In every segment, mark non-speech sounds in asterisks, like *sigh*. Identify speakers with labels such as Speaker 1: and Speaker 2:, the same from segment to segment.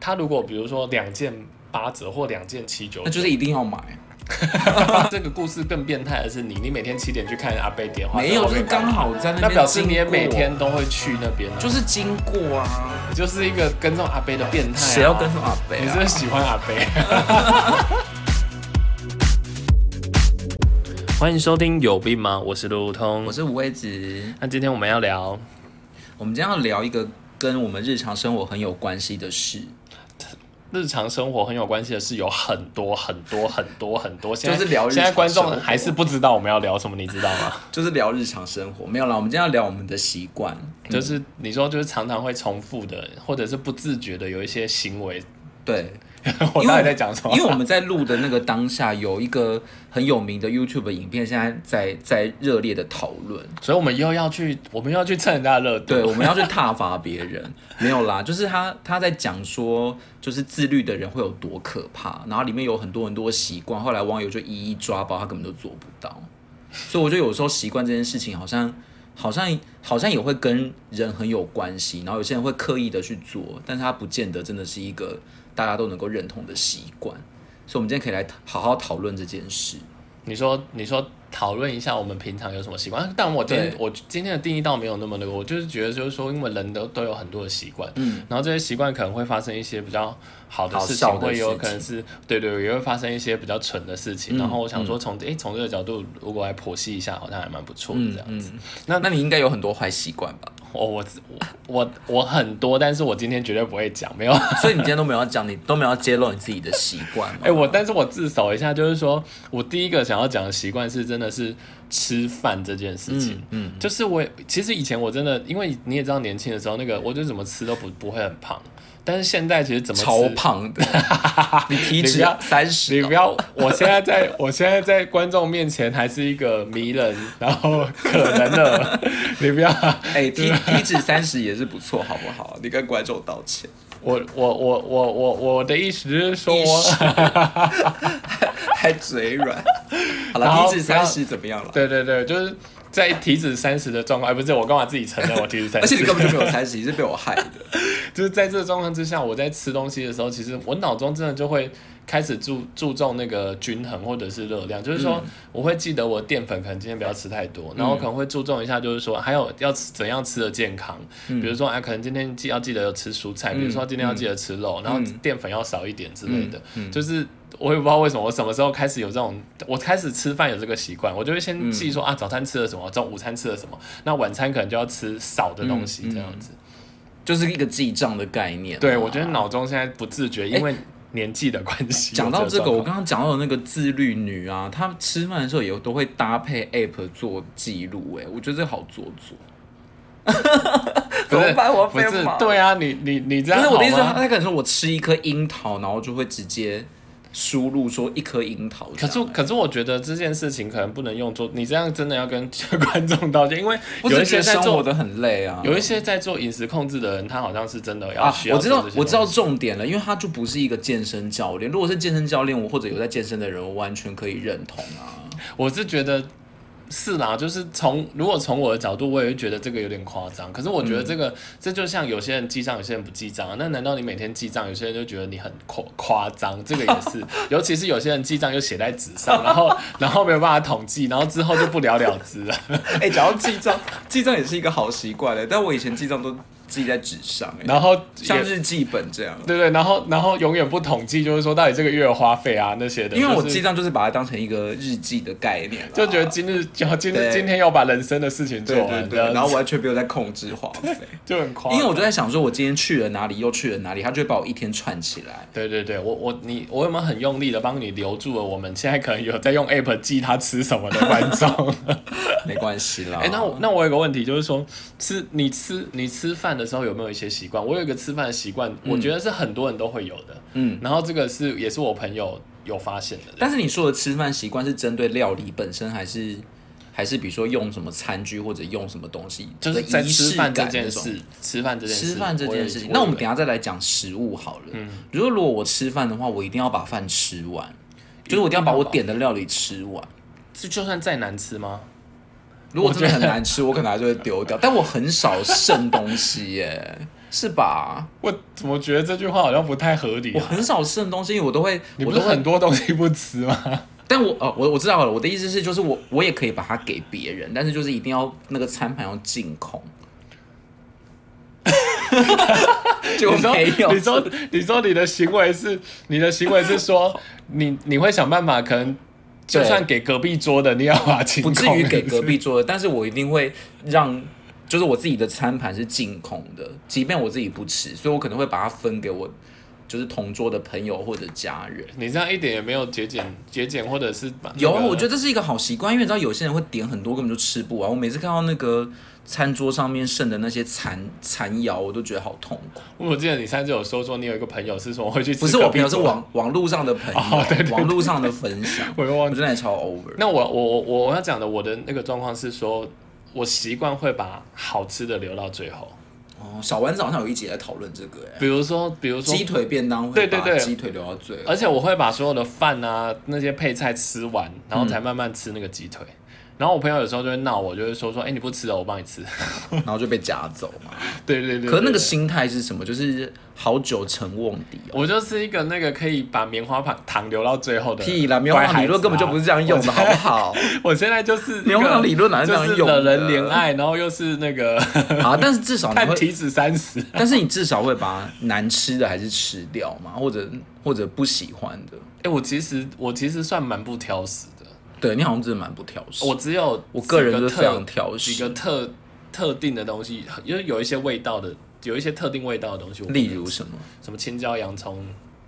Speaker 1: 它如果比如说两件八折或两件七九
Speaker 2: 那，就是一定要买。
Speaker 1: *laughs* 这个故事更变态的是你，你每天七点去看阿贝电话，
Speaker 2: 没有，
Speaker 1: 阿
Speaker 2: 就
Speaker 1: 贝
Speaker 2: 是
Speaker 1: 干
Speaker 2: 刚
Speaker 1: 嘛。
Speaker 2: 好在
Speaker 1: 那
Speaker 2: 那边经过
Speaker 1: 表示你也每天都会去那边、啊，就
Speaker 2: 就是经过啊，
Speaker 1: 就是一个跟踪阿贝的变态、啊。
Speaker 2: 谁要跟上阿北
Speaker 1: 你
Speaker 2: 啊
Speaker 1: 真的？喜欢阿
Speaker 2: *laughs*
Speaker 1: 贝？欢迎收听有病吗？我是路通，
Speaker 2: 我是吴威子，
Speaker 1: 那今天我们要聊
Speaker 2: 我们今天要聊一个跟我们日常生活很有关系的事，
Speaker 1: 日常生活很有关系的事有很多很多很多很多，现
Speaker 2: 就
Speaker 1: 在
Speaker 2: 是聊日
Speaker 1: 现
Speaker 2: 常
Speaker 1: 在观众
Speaker 2: 生活
Speaker 1: 还是不知道我们要聊什么，你知道吗？
Speaker 2: 就是聊日常生活。没有啦，我们今天要聊我们的习惯，
Speaker 1: 就是你说就是常常会重复的，或者是不自觉的有一些行为， *laughs*
Speaker 2: 对，
Speaker 1: 我到底在讲什么
Speaker 2: 因为？我们在录的那个当下，有一个很有名的 YouTube 影片，现在在在热烈的讨论。
Speaker 1: 所以我们又要去，我们又要去蹭人家的热度。
Speaker 2: 对，我们要去挞伐别人，没有啦，就是他他在讲说，就是自律的人会有多可怕，然后里面有很多很多习惯，后来网友就一一抓包，他根本都做不到，所以我觉得有时候习惯这件事情好像。好像好像也会跟人很有关系，然后有些人会刻意的去做，但是他不见得真的是一个大家都能够认同的习惯，所以我们今天可以来好好讨论这件事。
Speaker 1: 你说，你说讨论一下我们平常有什么习惯？但我今天
Speaker 2: 对
Speaker 1: 我今天的定义倒没有那么那个，我就是觉得就是说，因为人都都有很多的习惯，
Speaker 2: 嗯，
Speaker 1: 然后这些习惯可能会发生一些比较好的
Speaker 2: 好
Speaker 1: 事情，
Speaker 2: 笑的
Speaker 1: 会有
Speaker 2: 事情
Speaker 1: 可能是对对，也会发生一些比较蠢的事情。
Speaker 2: 嗯
Speaker 1: 然后我想说从，诶从这个角度如果来剖析一下，好像还蛮不错的这样。
Speaker 2: 嗯，那
Speaker 1: 那
Speaker 2: 那你应该有很多坏习惯吧？
Speaker 1: 我哦我我我很多，但是我今天绝对不会讲，没有。 *laughs*
Speaker 2: 所以你今天都没有要讲，你都没有要揭露你自己的习惯吗
Speaker 1: 哎、？我但是我自首一下，就是说我第一个想要讲的习惯是，真的是吃饭这件事情。
Speaker 2: 嗯，
Speaker 1: 就是我其实以前我真的，因为你也知道，年轻的时候那个，我就怎么吃都不不会很胖，但是现在其实怎么
Speaker 2: 超
Speaker 1: 吃。*laughs*
Speaker 2: 胖的，你体
Speaker 1: 你
Speaker 2: 脂
Speaker 1: 不要
Speaker 2: 三
Speaker 1: 你
Speaker 2: 十，哦
Speaker 1: 不要，我现在在我现在在观众面前还是一个迷人，然后可能的， *laughs* 你不要，
Speaker 2: 哎，体体脂三十也是不错，好不好？你跟观众道歉，
Speaker 1: 我我我我我我的意思是说，
Speaker 2: 意识 *laughs* 还嘴软。好
Speaker 1: 然
Speaker 2: 了，
Speaker 1: 后
Speaker 2: 体脂
Speaker 1: 不要
Speaker 2: 三十怎么样了？
Speaker 1: 对对对，就是在体脂三十的状况，哎，不是我干嘛自己承认我体脂三
Speaker 2: *laughs* 而
Speaker 1: 十？
Speaker 2: 且你根本就没有三十，你是被我害的。
Speaker 1: 就是在这个状况之下，我在吃东西的时候，其实我脑中真的就会开始注注重那个均衡或者是热量，就是说我会记得我淀粉可能今天不要吃太多，然后可能会注重一下，就是说还有要吃怎样吃的健康，比如说啊，可能今天记要记得吃蔬菜，比如说今天要记得吃肉，然后淀粉要少一点之类的，就是。我也不知道为什么，我什么时候开始有这种，我开始吃饭有这个习惯，我就会先记说、啊，早餐吃了什么，中午餐吃了什么，那晚餐可能就要吃少的东西，这样子。
Speaker 2: 就是一个记账的概念。
Speaker 1: 对，我觉得脑中现在不自觉，因为年纪的关系。
Speaker 2: 哎讲到这个，
Speaker 1: 有
Speaker 2: 我
Speaker 1: 状况
Speaker 2: 刚刚讲到的那个自律女啊，她吃饭的时候也都会搭配 app 做记录，哎，我觉得这好做作。怎
Speaker 1: 不
Speaker 2: 么 *laughs*
Speaker 1: 是
Speaker 2: 办？我要
Speaker 1: 不
Speaker 2: 被
Speaker 1: 是
Speaker 2: 骂。
Speaker 1: 对啊，你你你这
Speaker 2: 不
Speaker 1: 样
Speaker 2: 是哎
Speaker 1: 好
Speaker 2: 我的意思，他
Speaker 1: 吗？
Speaker 2: 他可能说我吃一颗樱桃，然后就会直接输入说一颗樱桃
Speaker 1: 可
Speaker 2: 这样。
Speaker 1: 是，可是我觉得这件事情可能不能用做，你这样真的要跟 *laughs* 观众道歉，因为
Speaker 2: 我
Speaker 1: 有
Speaker 2: 只
Speaker 1: 一
Speaker 2: 觉
Speaker 1: 些
Speaker 2: 得
Speaker 1: 在
Speaker 2: 生活
Speaker 1: 做，
Speaker 2: 的很累啊。
Speaker 1: 有一些在做饮食控制的人，他好像是真的要
Speaker 2: 啊
Speaker 1: 需，要、
Speaker 2: 我知道，我知道。重点了，因为他就不是一个健身教练。如果是健身教练，我或者有在健身的人，我完全可以认同啊。
Speaker 1: 我是觉得是啦，就是从如果从我的角度，我也会觉得这个有点夸张。可是我觉得这
Speaker 2: 嗯
Speaker 1: 个、这就像有些人记账，有些人不记账啊。那难道你每天记账，有些人就觉得你很夸夸张？这个也
Speaker 2: *laughs*
Speaker 1: 是，尤其是有些人记账就写在纸上，然后然后没有办法统计，然后之后就不了了之了。
Speaker 2: *laughs* 哎、讲到记账，记账也是一个好习惯的，欸但我以前记账都记在纸上、哎，
Speaker 1: 然后
Speaker 2: 像
Speaker 1: 也
Speaker 2: 日记本这样。
Speaker 1: 对对，然后然后永远不统计，就是说到底这个月的花费啊那些的，
Speaker 2: 因为我
Speaker 1: 就是
Speaker 2: 记账就是把它当成一个日记的概念啦，
Speaker 1: 就觉得今日要今日
Speaker 2: 对
Speaker 1: 今天要把人生的事情
Speaker 2: 对
Speaker 1: 做
Speaker 2: 对
Speaker 1: 完，
Speaker 2: 对
Speaker 1: 这样，子
Speaker 2: 然后完全没有在控制花费。
Speaker 1: 就很夸张。
Speaker 2: 因为我就在想说，我今天去了哪里，又去了哪里，他就会把我一天串起来。
Speaker 1: 对对对，我我你我有没有很用力的帮你留住了？我们现在可能有在用 *laughs* app 记他吃什么的观
Speaker 2: *laughs*
Speaker 1: 众。
Speaker 2: 没关系啦。
Speaker 1: *laughs* 哎、那我那我有个问题，就是说吃你吃你吃饭的时候有没有一些习惯？我有一个吃饭的习惯，我觉得是很多人都会有的。
Speaker 2: 嗯，
Speaker 1: 然后这个是也是我朋友有发现的。
Speaker 2: 但是你说的吃饭习惯是针对料理本身，还是还是比如说用什么餐具或者用什么东西，
Speaker 1: 就是在
Speaker 2: 的仪
Speaker 1: 吃
Speaker 2: 式
Speaker 1: 饭这
Speaker 2: 感
Speaker 1: 件
Speaker 2: 那种
Speaker 1: 事，吃饭这件事，
Speaker 2: 吃饭这件事情，
Speaker 1: 有
Speaker 2: 那我们
Speaker 1: 有
Speaker 2: 等一下再来讲食物好了。嗯，如果如果我吃饭的话，我一定要把饭吃完，就是我一定要把我点的料理吃完。
Speaker 1: 就就算再难吃吗？
Speaker 2: 如果真的很难吃，我可能还是会丢掉。但我很少剩东西耶、是吧？
Speaker 1: 我怎么觉得这句话好像不太合理、
Speaker 2: 我
Speaker 1: 啊？
Speaker 2: 很少吃的东西，因为我都会，
Speaker 1: 你
Speaker 2: 我
Speaker 1: 不是
Speaker 2: 都会
Speaker 1: 很多东西不吃吗？
Speaker 2: 但我哦，我我知道了，我的意思是，就是我我也可以把它给别人，但是就是一定要那个餐盘要
Speaker 1: *laughs*
Speaker 2: 净空。就
Speaker 1: 你说
Speaker 2: 没有，
Speaker 1: 你说你说你的行为是你的行为是
Speaker 2: *laughs*
Speaker 1: 说你你会想办法，可能就
Speaker 2: 对
Speaker 1: 算给隔壁桌的，你也要把它清
Speaker 2: 不
Speaker 1: 空。
Speaker 2: 至于给隔壁桌的，但是我一定会让，就是我自己的餐盘是净空的，即便我自己不吃，所以我可能会把它分给我，就是同桌的朋友或者家人。
Speaker 1: 你这样一点也没有节俭，节俭或者是把那个、
Speaker 2: 有啊，我觉得这是一个好习惯，因为你知道有些人会点很多，根本就吃不完。我每次看到那个餐桌上面剩的那些残残肴，我都觉得好痛苦。
Speaker 1: 我记得你上次有说说你有一个朋友是说会去吃，
Speaker 2: 不是我朋友，是，网网络上的朋友，
Speaker 1: 哦对对对
Speaker 2: 网络上的分享，
Speaker 1: *laughs* 我又
Speaker 2: 我
Speaker 1: 忘记。
Speaker 2: 真的超 over。
Speaker 1: 那我我我我我要讲的我的那个状况是说，我习惯会把好吃的留到最后，
Speaker 2: 哦，小丸子好像有一集在讨论这个、哎，
Speaker 1: 比如说比如说
Speaker 2: 鸡腿便当会
Speaker 1: 对对
Speaker 2: 把
Speaker 1: 对
Speaker 2: 鸡腿留到最后。
Speaker 1: 而且我会把所有的饭啊那些配菜吃完，然后才慢慢吃那个鸡腿。然后我朋友有时候就会闹我，就会说说，哎、你不吃了，我帮你
Speaker 2: *laughs*
Speaker 1: 吃。
Speaker 2: 然后就被夹走嘛。
Speaker 1: 对呃对对
Speaker 2: 可是那个
Speaker 1: 对
Speaker 2: 心态是什么？就是好酒成瓮底哦。
Speaker 1: 我就是一个那个可以把棉花糖糖留到最后的
Speaker 2: 屁啦，棉花糖理论根本就不是这样用的，好不好？
Speaker 1: 是。啊 *laughs* 我现在就是一个
Speaker 2: 棉花糖理论哪是这
Speaker 1: 啊就
Speaker 2: 样
Speaker 1: 是
Speaker 2: 用的
Speaker 1: 惹人怜爱，然后又是那个
Speaker 2: 啊，但是至少
Speaker 1: *laughs*
Speaker 2: *laughs* 你
Speaker 1: 看
Speaker 2: 会，
Speaker 1: 体脂三十。
Speaker 2: 但是你至少会把难吃的还是吃掉嘛，或者或者不喜欢的。
Speaker 1: 哎，我其实我其实算蛮不挑食的，
Speaker 2: 对你好像真的蛮不挑食。
Speaker 1: 我只有
Speaker 2: 我个人
Speaker 1: 几
Speaker 2: 就是非
Speaker 1: 特
Speaker 2: 常挑
Speaker 1: 几个
Speaker 2: 食，
Speaker 1: 特特定的东西，因为有一些味道的，有一些特定味道的东西，我不能
Speaker 2: 例如什么？
Speaker 1: 什么青椒、洋葱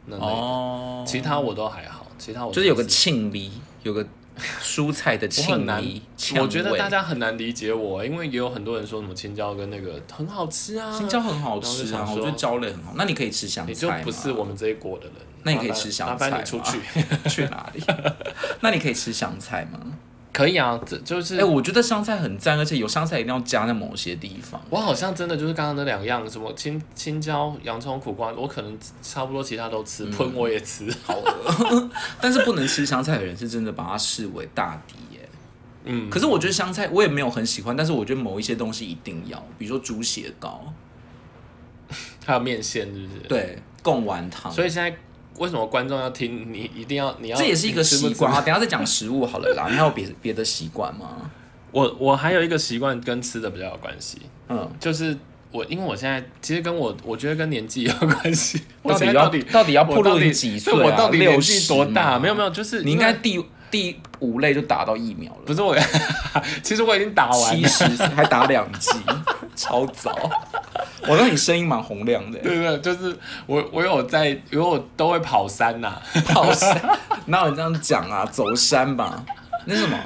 Speaker 1: 那类的
Speaker 2: 哦，
Speaker 1: 其他我都还好，其他我
Speaker 2: 就是有个
Speaker 1: 都
Speaker 2: 庆梨，有个蔬菜的
Speaker 1: 我很
Speaker 2: 庆
Speaker 1: 难
Speaker 2: 梨。，
Speaker 1: 我觉得大
Speaker 2: 家
Speaker 1: 家很难理解我，因为也有很多人说什么青椒跟那个很好吃啊，
Speaker 2: 青椒很
Speaker 1: 然后
Speaker 2: 好
Speaker 1: 就
Speaker 2: 吃
Speaker 1: 想
Speaker 2: 啊，我觉
Speaker 1: 说
Speaker 2: 得椒类很好。那你可以吃香菜
Speaker 1: 你就不
Speaker 2: 吗
Speaker 1: 是我们这一国的人，
Speaker 2: 那你可以
Speaker 1: 麻烦
Speaker 2: 吃香
Speaker 1: 麻烦
Speaker 2: 菜
Speaker 1: 你出
Speaker 2: 嘛
Speaker 1: 去
Speaker 2: 去哪里？
Speaker 1: *laughs*
Speaker 2: *laughs* 那你可以吃香菜吗？
Speaker 1: 可以啊，这就是
Speaker 2: 哎、我觉得香菜很赞，而且有香菜一定要加在某些地方。
Speaker 1: 我好像真的就是刚刚那两样，什么青青椒、洋葱、苦瓜，我可能差不多其他都吃，
Speaker 2: 嗯
Speaker 1: 喷我也吃。 *laughs*
Speaker 2: 好饿，但是不能吃香菜的人是真的把它视为大敌耶。
Speaker 1: 嗯，
Speaker 2: 可是我觉得香菜我也没有很喜欢，但是我觉得某一些东西一定要，比如说猪血糕，
Speaker 1: 还有面线，是不是？。
Speaker 2: 对，贡丸汤。
Speaker 1: 所以现在为什么观众要听你一定要你要
Speaker 2: 这也是一个
Speaker 1: 你吃不
Speaker 2: 习
Speaker 1: 吃
Speaker 2: 惯啊，等一下再讲食物好了啦。你还有别别的习惯吗？
Speaker 1: 我我还有一个习惯跟吃的比较有关系，
Speaker 2: 嗯，
Speaker 1: 就是我因为我现在其实跟我我觉得跟年纪有关
Speaker 2: *laughs*
Speaker 1: 系。我
Speaker 2: 到
Speaker 1: 现
Speaker 2: 底
Speaker 1: 在
Speaker 2: 要
Speaker 1: 到底
Speaker 2: 到底要步
Speaker 1: 我到
Speaker 2: 入
Speaker 1: 底
Speaker 2: 你几岁、啊？
Speaker 1: 对我到底年纪
Speaker 2: 60
Speaker 1: 多大？
Speaker 2: 吗
Speaker 1: 没有没有，就是
Speaker 2: 你应该
Speaker 1: 因为
Speaker 2: 第第五类就打到疫苗了
Speaker 1: 不。是我， *laughs* 其实我已经打完
Speaker 2: 七
Speaker 1: 了。
Speaker 2: 十还打两季， *laughs* 超
Speaker 1: *laughs*
Speaker 2: 早。我让你声音蛮洪亮的欸， *laughs*
Speaker 1: 对对，对就是我，我有在，因为我都会跑山呐、 *laughs*
Speaker 2: 跑山，哪有人这样讲啊？走山吧，那是什么？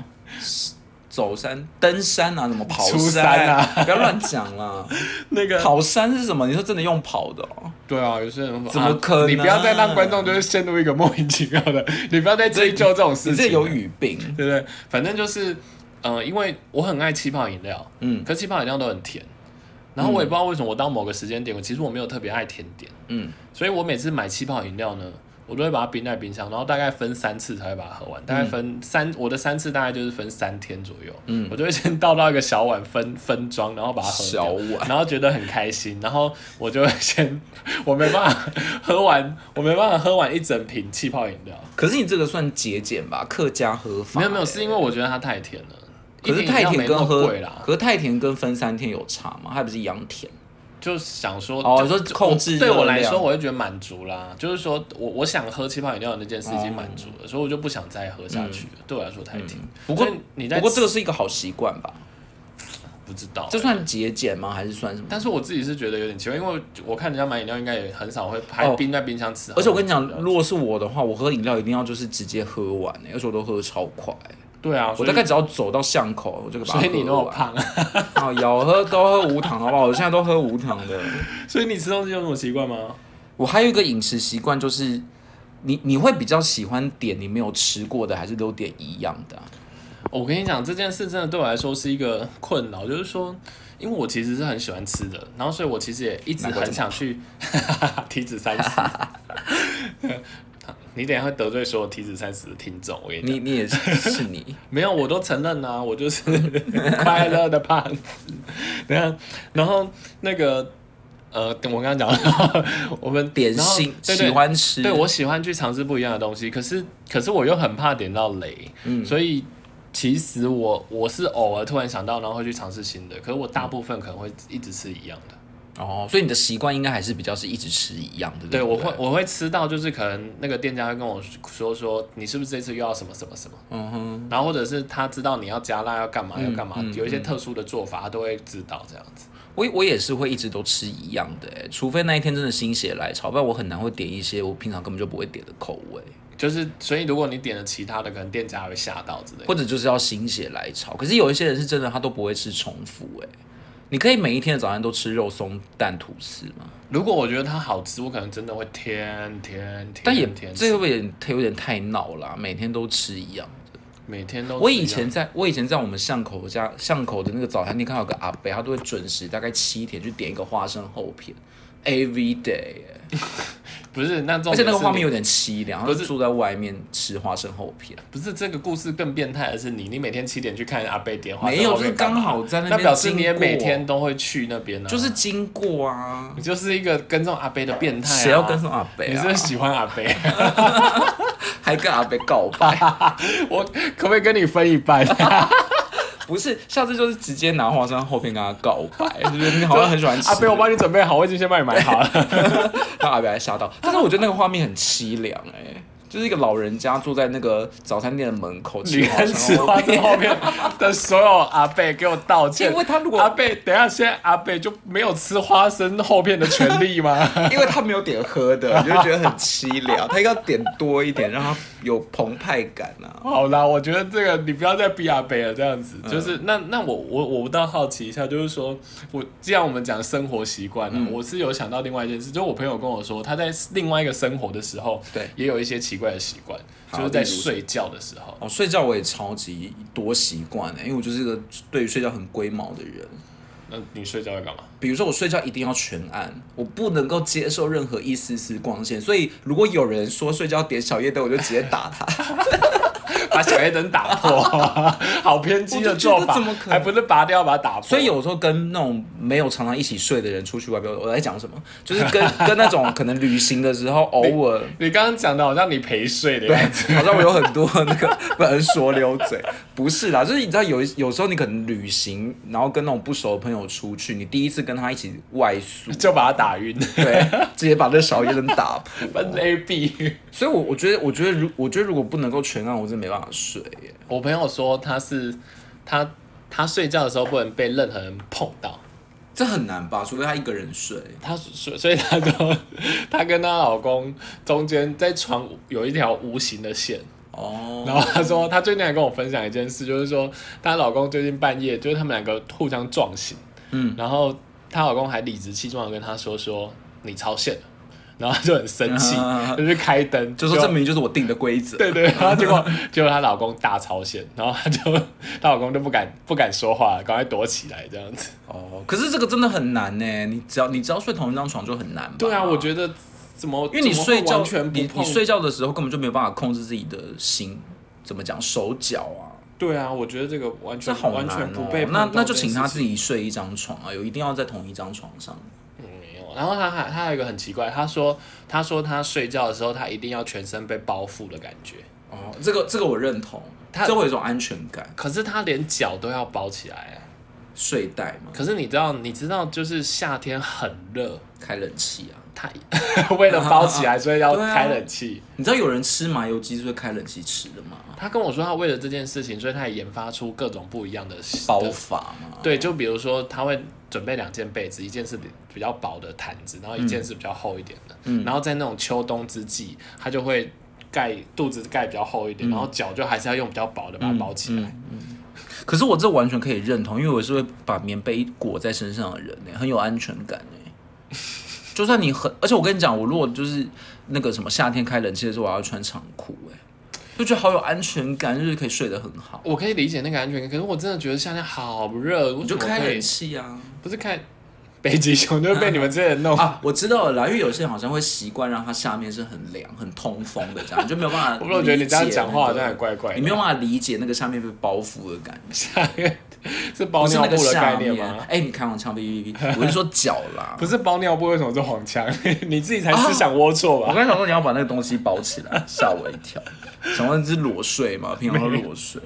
Speaker 2: 走山、登山啊，什么跑
Speaker 1: 出山啊？
Speaker 2: 不要乱讲
Speaker 1: *laughs*
Speaker 2: 啦！
Speaker 1: 那个
Speaker 2: 跑山是什么？你说真的用跑的哦？
Speaker 1: 对啊，有些人
Speaker 2: 怎么
Speaker 1: 啊
Speaker 2: 可能
Speaker 1: 你不要再让观众就是陷入一个莫名其妙的， *laughs* 你不要再追究这种事
Speaker 2: 你
Speaker 1: 情了，
Speaker 2: 这有语病。
Speaker 1: 对不对？反正就是，呃，因为我很爱气泡饮料，
Speaker 2: 嗯
Speaker 1: 可是气泡饮料都很甜，然后我也不知道为什么我到某个时间点，我其实我没有特别爱甜点，
Speaker 2: 嗯，
Speaker 1: 所以我每次买气泡饮料呢，我都会把它冰在冰箱，然后大概分三次才会把它喝完，大概
Speaker 2: 嗯
Speaker 1: 分三、我的三次大概就是分三天左右，嗯，我就会先倒到一个小碗分分装，然后把它喝掉
Speaker 2: 小碗
Speaker 1: 然后觉得很开心，然后我就会先 *laughs* 我没办法喝完，我没办法喝完一整瓶气泡饮料，
Speaker 2: 可是你这个算节俭吧？客家喝法
Speaker 1: 没有没有，
Speaker 2: 欸
Speaker 1: 是因为我觉得它太甜了，
Speaker 2: 可是
Speaker 1: 一瓶饮
Speaker 2: 太
Speaker 1: 料
Speaker 2: 甜
Speaker 1: 没那
Speaker 2: 跟
Speaker 1: 么
Speaker 2: 喝
Speaker 1: 贵啦，
Speaker 2: 可是太甜跟分三天有差吗？它还不是一样甜？
Speaker 1: 就想说
Speaker 2: 哦
Speaker 1: 就
Speaker 2: 说控制
Speaker 1: 我对我
Speaker 2: 热量
Speaker 1: 来说，我会觉得满足啦。就是说我我想喝气泡饮料的那件事已经满足了，所以我就不想再喝下去了。对我来说太甜。
Speaker 2: 嗯不过
Speaker 1: 所以你在
Speaker 2: 不过这个是一个好习惯吧？
Speaker 1: 不知道欸、
Speaker 2: 这算节俭吗？还是算什么？
Speaker 1: 但是我自己是觉得有点奇怪，因为我看人家买饮料应该也很少会还
Speaker 2: 哦
Speaker 1: 冰在冰箱吃。
Speaker 2: 而且我跟你讲，
Speaker 1: 呃
Speaker 2: 如果是我的话，我喝饮料一定要就是直接喝完、欸，而且我都喝超快欸、
Speaker 1: 对啊，
Speaker 2: 我
Speaker 1: 所以
Speaker 2: 大概只要走到巷口，我就把它喝
Speaker 1: 所以
Speaker 2: 完。
Speaker 1: 你那么胖，
Speaker 2: *laughs* 啊，有喝都喝无糖，好不好？我现在都喝无糖的。
Speaker 1: *laughs* 所以你吃东西有什么习惯吗？
Speaker 2: 我还有一个饮食习惯就是，你你会比较喜欢点你没有吃过的，还是都点一样的啊、
Speaker 1: 我跟你讲，这件事真的对我来说是一个困扰，就是说，因为我其实是很喜欢吃的，然后所以我其实也一直很想去 *laughs* 体脂三十。 *laughs* 你等一下会得罪所有体脂三十的听众，我跟你讲，
Speaker 2: 你你也是是你，
Speaker 1: 没有，我都承认啊，我就是 *laughs* 快乐的胖子。然后，然后那个呃，我刚刚讲了， *laughs* 我们
Speaker 2: 点
Speaker 1: 然后
Speaker 2: 心
Speaker 1: 对
Speaker 2: 喜
Speaker 1: 对
Speaker 2: 欢吃，
Speaker 1: 对我喜欢去尝试不一样的东西，可是可是我又很怕点到雷，
Speaker 2: 嗯
Speaker 1: 所以其实我我是偶尔突然想到，然后会去尝试新的，可是我大部分可能会一直吃一样的。
Speaker 2: 哦，所以你的习惯应该还是比较是一直吃一样的，
Speaker 1: 对，
Speaker 2: 不
Speaker 1: 我会我会吃到，就是可能那个店家会跟我说说，你是不是这次又要什么什么什么，
Speaker 2: 嗯哼，
Speaker 1: 然后或者是他知道你要加辣要干嘛要干嘛，
Speaker 2: 嗯
Speaker 1: 有一些特殊的做法他都会知道这样子。
Speaker 2: 我我也是会一直都吃一样的、欸，除非那一天真的心血来潮，不然我很难会点一些我平常根本就不会点的口味，
Speaker 1: 就是所以如果你点了其他的，可能店家会吓到之类的。
Speaker 2: 或者就是要心血来潮。可是有一些人是真的他都不会吃重复、欸，你可以每一天的早餐都吃肉松蛋吐司吗？
Speaker 1: 如果我觉得它好吃，我可能真的会天天天，
Speaker 2: 但也
Speaker 1: 天
Speaker 2: 这
Speaker 1: 吃
Speaker 2: 会不会有点有点太闹了啊、每天都吃一样。
Speaker 1: 每天都吃一样。
Speaker 2: 我以前在我以前在我们巷口家巷口的那个早餐店看到有个阿伯，他都会准时大概七点去点一个花生厚片，every day，耶
Speaker 1: 不是那种，
Speaker 2: 而且那个画面有点凄凉，他
Speaker 1: 不
Speaker 2: 就是坐在外面吃花生厚片，
Speaker 1: 不是这个故事更变态的是你，你每天七点去看阿贝点花，
Speaker 2: 没有，
Speaker 1: 在
Speaker 2: 就
Speaker 1: 后
Speaker 2: 是
Speaker 1: 面干嘛，
Speaker 2: 刚好在那
Speaker 1: 那
Speaker 2: 边，
Speaker 1: 表示你也每天，都会去那边呢、啊
Speaker 2: 就是经过啊，
Speaker 1: 你就是一个跟踪阿贝的变态、啊，
Speaker 2: 谁要跟上阿伯
Speaker 1: 你是
Speaker 2: 啊
Speaker 1: 不是？喜欢阿贝， *laughs*
Speaker 2: 还跟阿伯告白？
Speaker 1: 我可不可以跟你分一
Speaker 2: *laughs*
Speaker 1: 半？
Speaker 2: 不是，下次就是直接拿花生厚片跟他告白，是不是？你好像很喜欢吃
Speaker 1: 阿贝，我帮你准备好，我已经先帮你买好
Speaker 2: *laughs*
Speaker 1: 了。
Speaker 2: 让阿伯还吓到。但是我觉得那个画面很凄凉哎、就是一个老人家坐在那个早餐店的门口吃
Speaker 1: 你
Speaker 2: 花
Speaker 1: 跟吃
Speaker 2: 生
Speaker 1: 花生后面的所有阿贝给我道歉，
Speaker 2: 因为他如果
Speaker 1: 阿贝，等一下现在阿贝就没有吃花生后片的权利吗？
Speaker 2: 因为他没有点喝的，你就觉得很凄凉。他应该要点多一点，让他有澎湃感啊。
Speaker 1: 好啦，我觉得这个你不要再逼阿北了，这样
Speaker 2: 嗯
Speaker 1: 子、就是那那我我我倒好奇一下，就是说我既然我们讲生活习惯
Speaker 2: 嗯
Speaker 1: 了，我是有想到另外一件事，就是我朋友跟我说他在另外一个生活的时候，
Speaker 2: 对
Speaker 1: 也有一些奇怪的习惯，
Speaker 2: 好
Speaker 1: 就是在
Speaker 2: 例如
Speaker 1: 睡觉的时候，
Speaker 2: 哦，睡觉我也超级多习惯欸的，因为我就是一个对于睡觉很龟毛的人。
Speaker 1: 那你睡觉要干嘛？
Speaker 2: 比如说我睡觉一定要全暗，我不能够接受任何一丝丝光线，所以如果有人说睡觉点小夜灯，我就直接打他。
Speaker 1: 把小黑灯打
Speaker 2: *laughs*
Speaker 1: 破，好偏激的做法，
Speaker 2: 我就觉得怎么可能
Speaker 1: 还不是拔掉把它打破？
Speaker 2: 所以有时候跟那种没有常常一起睡的人出去外边，我在讲什么？就是 *laughs* 跟跟那种可能旅行的 *laughs* 时候偶尔。
Speaker 1: 你刚刚讲的好像你陪睡的
Speaker 2: 对，
Speaker 1: 样子，
Speaker 2: *laughs* 好像我有很多那个 *laughs* 不能说溜嘴，不是啦，就是你知道有一有时候你可能旅行，然后跟那种不熟的朋友出去，你第一次跟他一起外 *laughs* 宿，
Speaker 1: 就把它打晕， *laughs*
Speaker 2: 对，直接把这小夜灯打 *laughs* 破。
Speaker 1: 把 A B。
Speaker 2: 所以我，我觉得，我觉得如我觉得如果不能够全暗，我真的没办法睡耶。
Speaker 1: 我朋友说他是他他睡觉的时候不能被任何人碰到，
Speaker 2: 这很难吧？除非他一个人睡。
Speaker 1: 他所所以他就他跟 *laughs* 她老公中间在床有一条无形的线。
Speaker 2: 哦，
Speaker 1: 然后她说，她最近还跟我分享一件事，就是说她老公最近半夜就是他们两个互相撞醒，
Speaker 2: 嗯，
Speaker 1: 然后她老公还理直气壮的跟她说说你超线了，然后她就很生气，
Speaker 2: 啊
Speaker 1: 就去开灯，
Speaker 2: 就说这明明就是我定的规则。
Speaker 1: 对 *laughs* 对，然后结果结果她老公大超限，然后她就 *laughs* 她老公就不敢不敢说话，赶快躲起来这样子。
Speaker 2: 哦，可是这个真的很难呢。你只要你只要睡同一张床就很难吧？
Speaker 1: 对啊，我觉得怎么
Speaker 2: 因为你
Speaker 1: 怎么
Speaker 2: 睡
Speaker 1: 会
Speaker 2: 觉
Speaker 1: 完全不
Speaker 2: 你
Speaker 1: 碰
Speaker 2: 你睡觉的时候根本就没有办法控制自己的心，怎么讲手脚啊，
Speaker 1: 对啊，我觉得这个完
Speaker 2: 这
Speaker 1: 全
Speaker 2: 好
Speaker 1: 完
Speaker 2: 难
Speaker 1: 全不
Speaker 2: 哦
Speaker 1: 被。碰
Speaker 2: 那
Speaker 1: 到
Speaker 2: 那
Speaker 1: 这
Speaker 2: 就
Speaker 1: 件
Speaker 2: 请他
Speaker 1: 事
Speaker 2: 自己睡一张床啊，有一定要在同一张床上。
Speaker 1: 情没有。嗯然后他还他还有一个很奇怪，他说他说他睡觉的时候他一定要全身被包覆的感觉，
Speaker 2: 哦，这个这个我认同，
Speaker 1: 他
Speaker 2: 这会有一种安全感，
Speaker 1: 可是他连脚都要包起来。啊
Speaker 2: 睡袋嘛，
Speaker 1: 可是你知道你知道就是夏天很热，
Speaker 2: 开冷气啊。
Speaker 1: 他 *laughs* 为了包起来，所以要
Speaker 2: 对啊
Speaker 1: 开冷气。
Speaker 2: 你知道有人吃麻油鸡是会开冷气吃的吗？
Speaker 1: 他跟我说，他为了这件事情，所以他也研发出各种不一样的
Speaker 2: 包
Speaker 1: 的
Speaker 2: 法嘛，
Speaker 1: 对，就比如说他会准备两件被子，一件是比比较薄的毯子，然后一件是比较厚一点的。
Speaker 2: 嗯
Speaker 1: 然后在那种秋冬之际，他就会盖肚子盖比较厚
Speaker 2: 嗯
Speaker 1: 一点，然后脚就还是要用比较薄的把它包起来。
Speaker 2: 可是我这完全可以认同，因为我是会把棉被裹在身上的人呢、很有安全感呢、就算你很，而且我跟你讲，我如果就是那个什么夏天开冷气的时候，我要穿长裤哎、就觉得好有安全感，就是可以睡得很好。
Speaker 1: 我可以理解那个安全感，可是我真的觉得夏天好热，我
Speaker 2: 我
Speaker 1: 怎
Speaker 2: 就
Speaker 1: 么
Speaker 2: 开
Speaker 1: 可以
Speaker 2: 冷气啊，
Speaker 1: 不是开？北极熊就被你们这些人弄。
Speaker 2: 啊，我知道了啦，因为有些人好像会习惯让它下面是很凉、很通风的，这样你就没有办法、
Speaker 1: 我不觉得你这样讲话好像很
Speaker 2: 怪
Speaker 1: 怪怪
Speaker 2: 你没有
Speaker 1: 的。
Speaker 2: 办法理解那个下面被包覆的感觉，
Speaker 1: 是包
Speaker 2: 不是
Speaker 1: 尿
Speaker 2: 那个
Speaker 1: 布的
Speaker 2: 下
Speaker 1: 概念
Speaker 2: 面。
Speaker 1: 吗？
Speaker 2: 哎、你开黄腔，哔哔哔，我是说脚啦。
Speaker 1: 不是包尿布，为什么是黄腔？ *laughs* 你自己才思想龌龊吧？
Speaker 2: 我刚才想说你要把那个东西包起来，吓我一跳。想问是裸睡吗？平常都裸睡。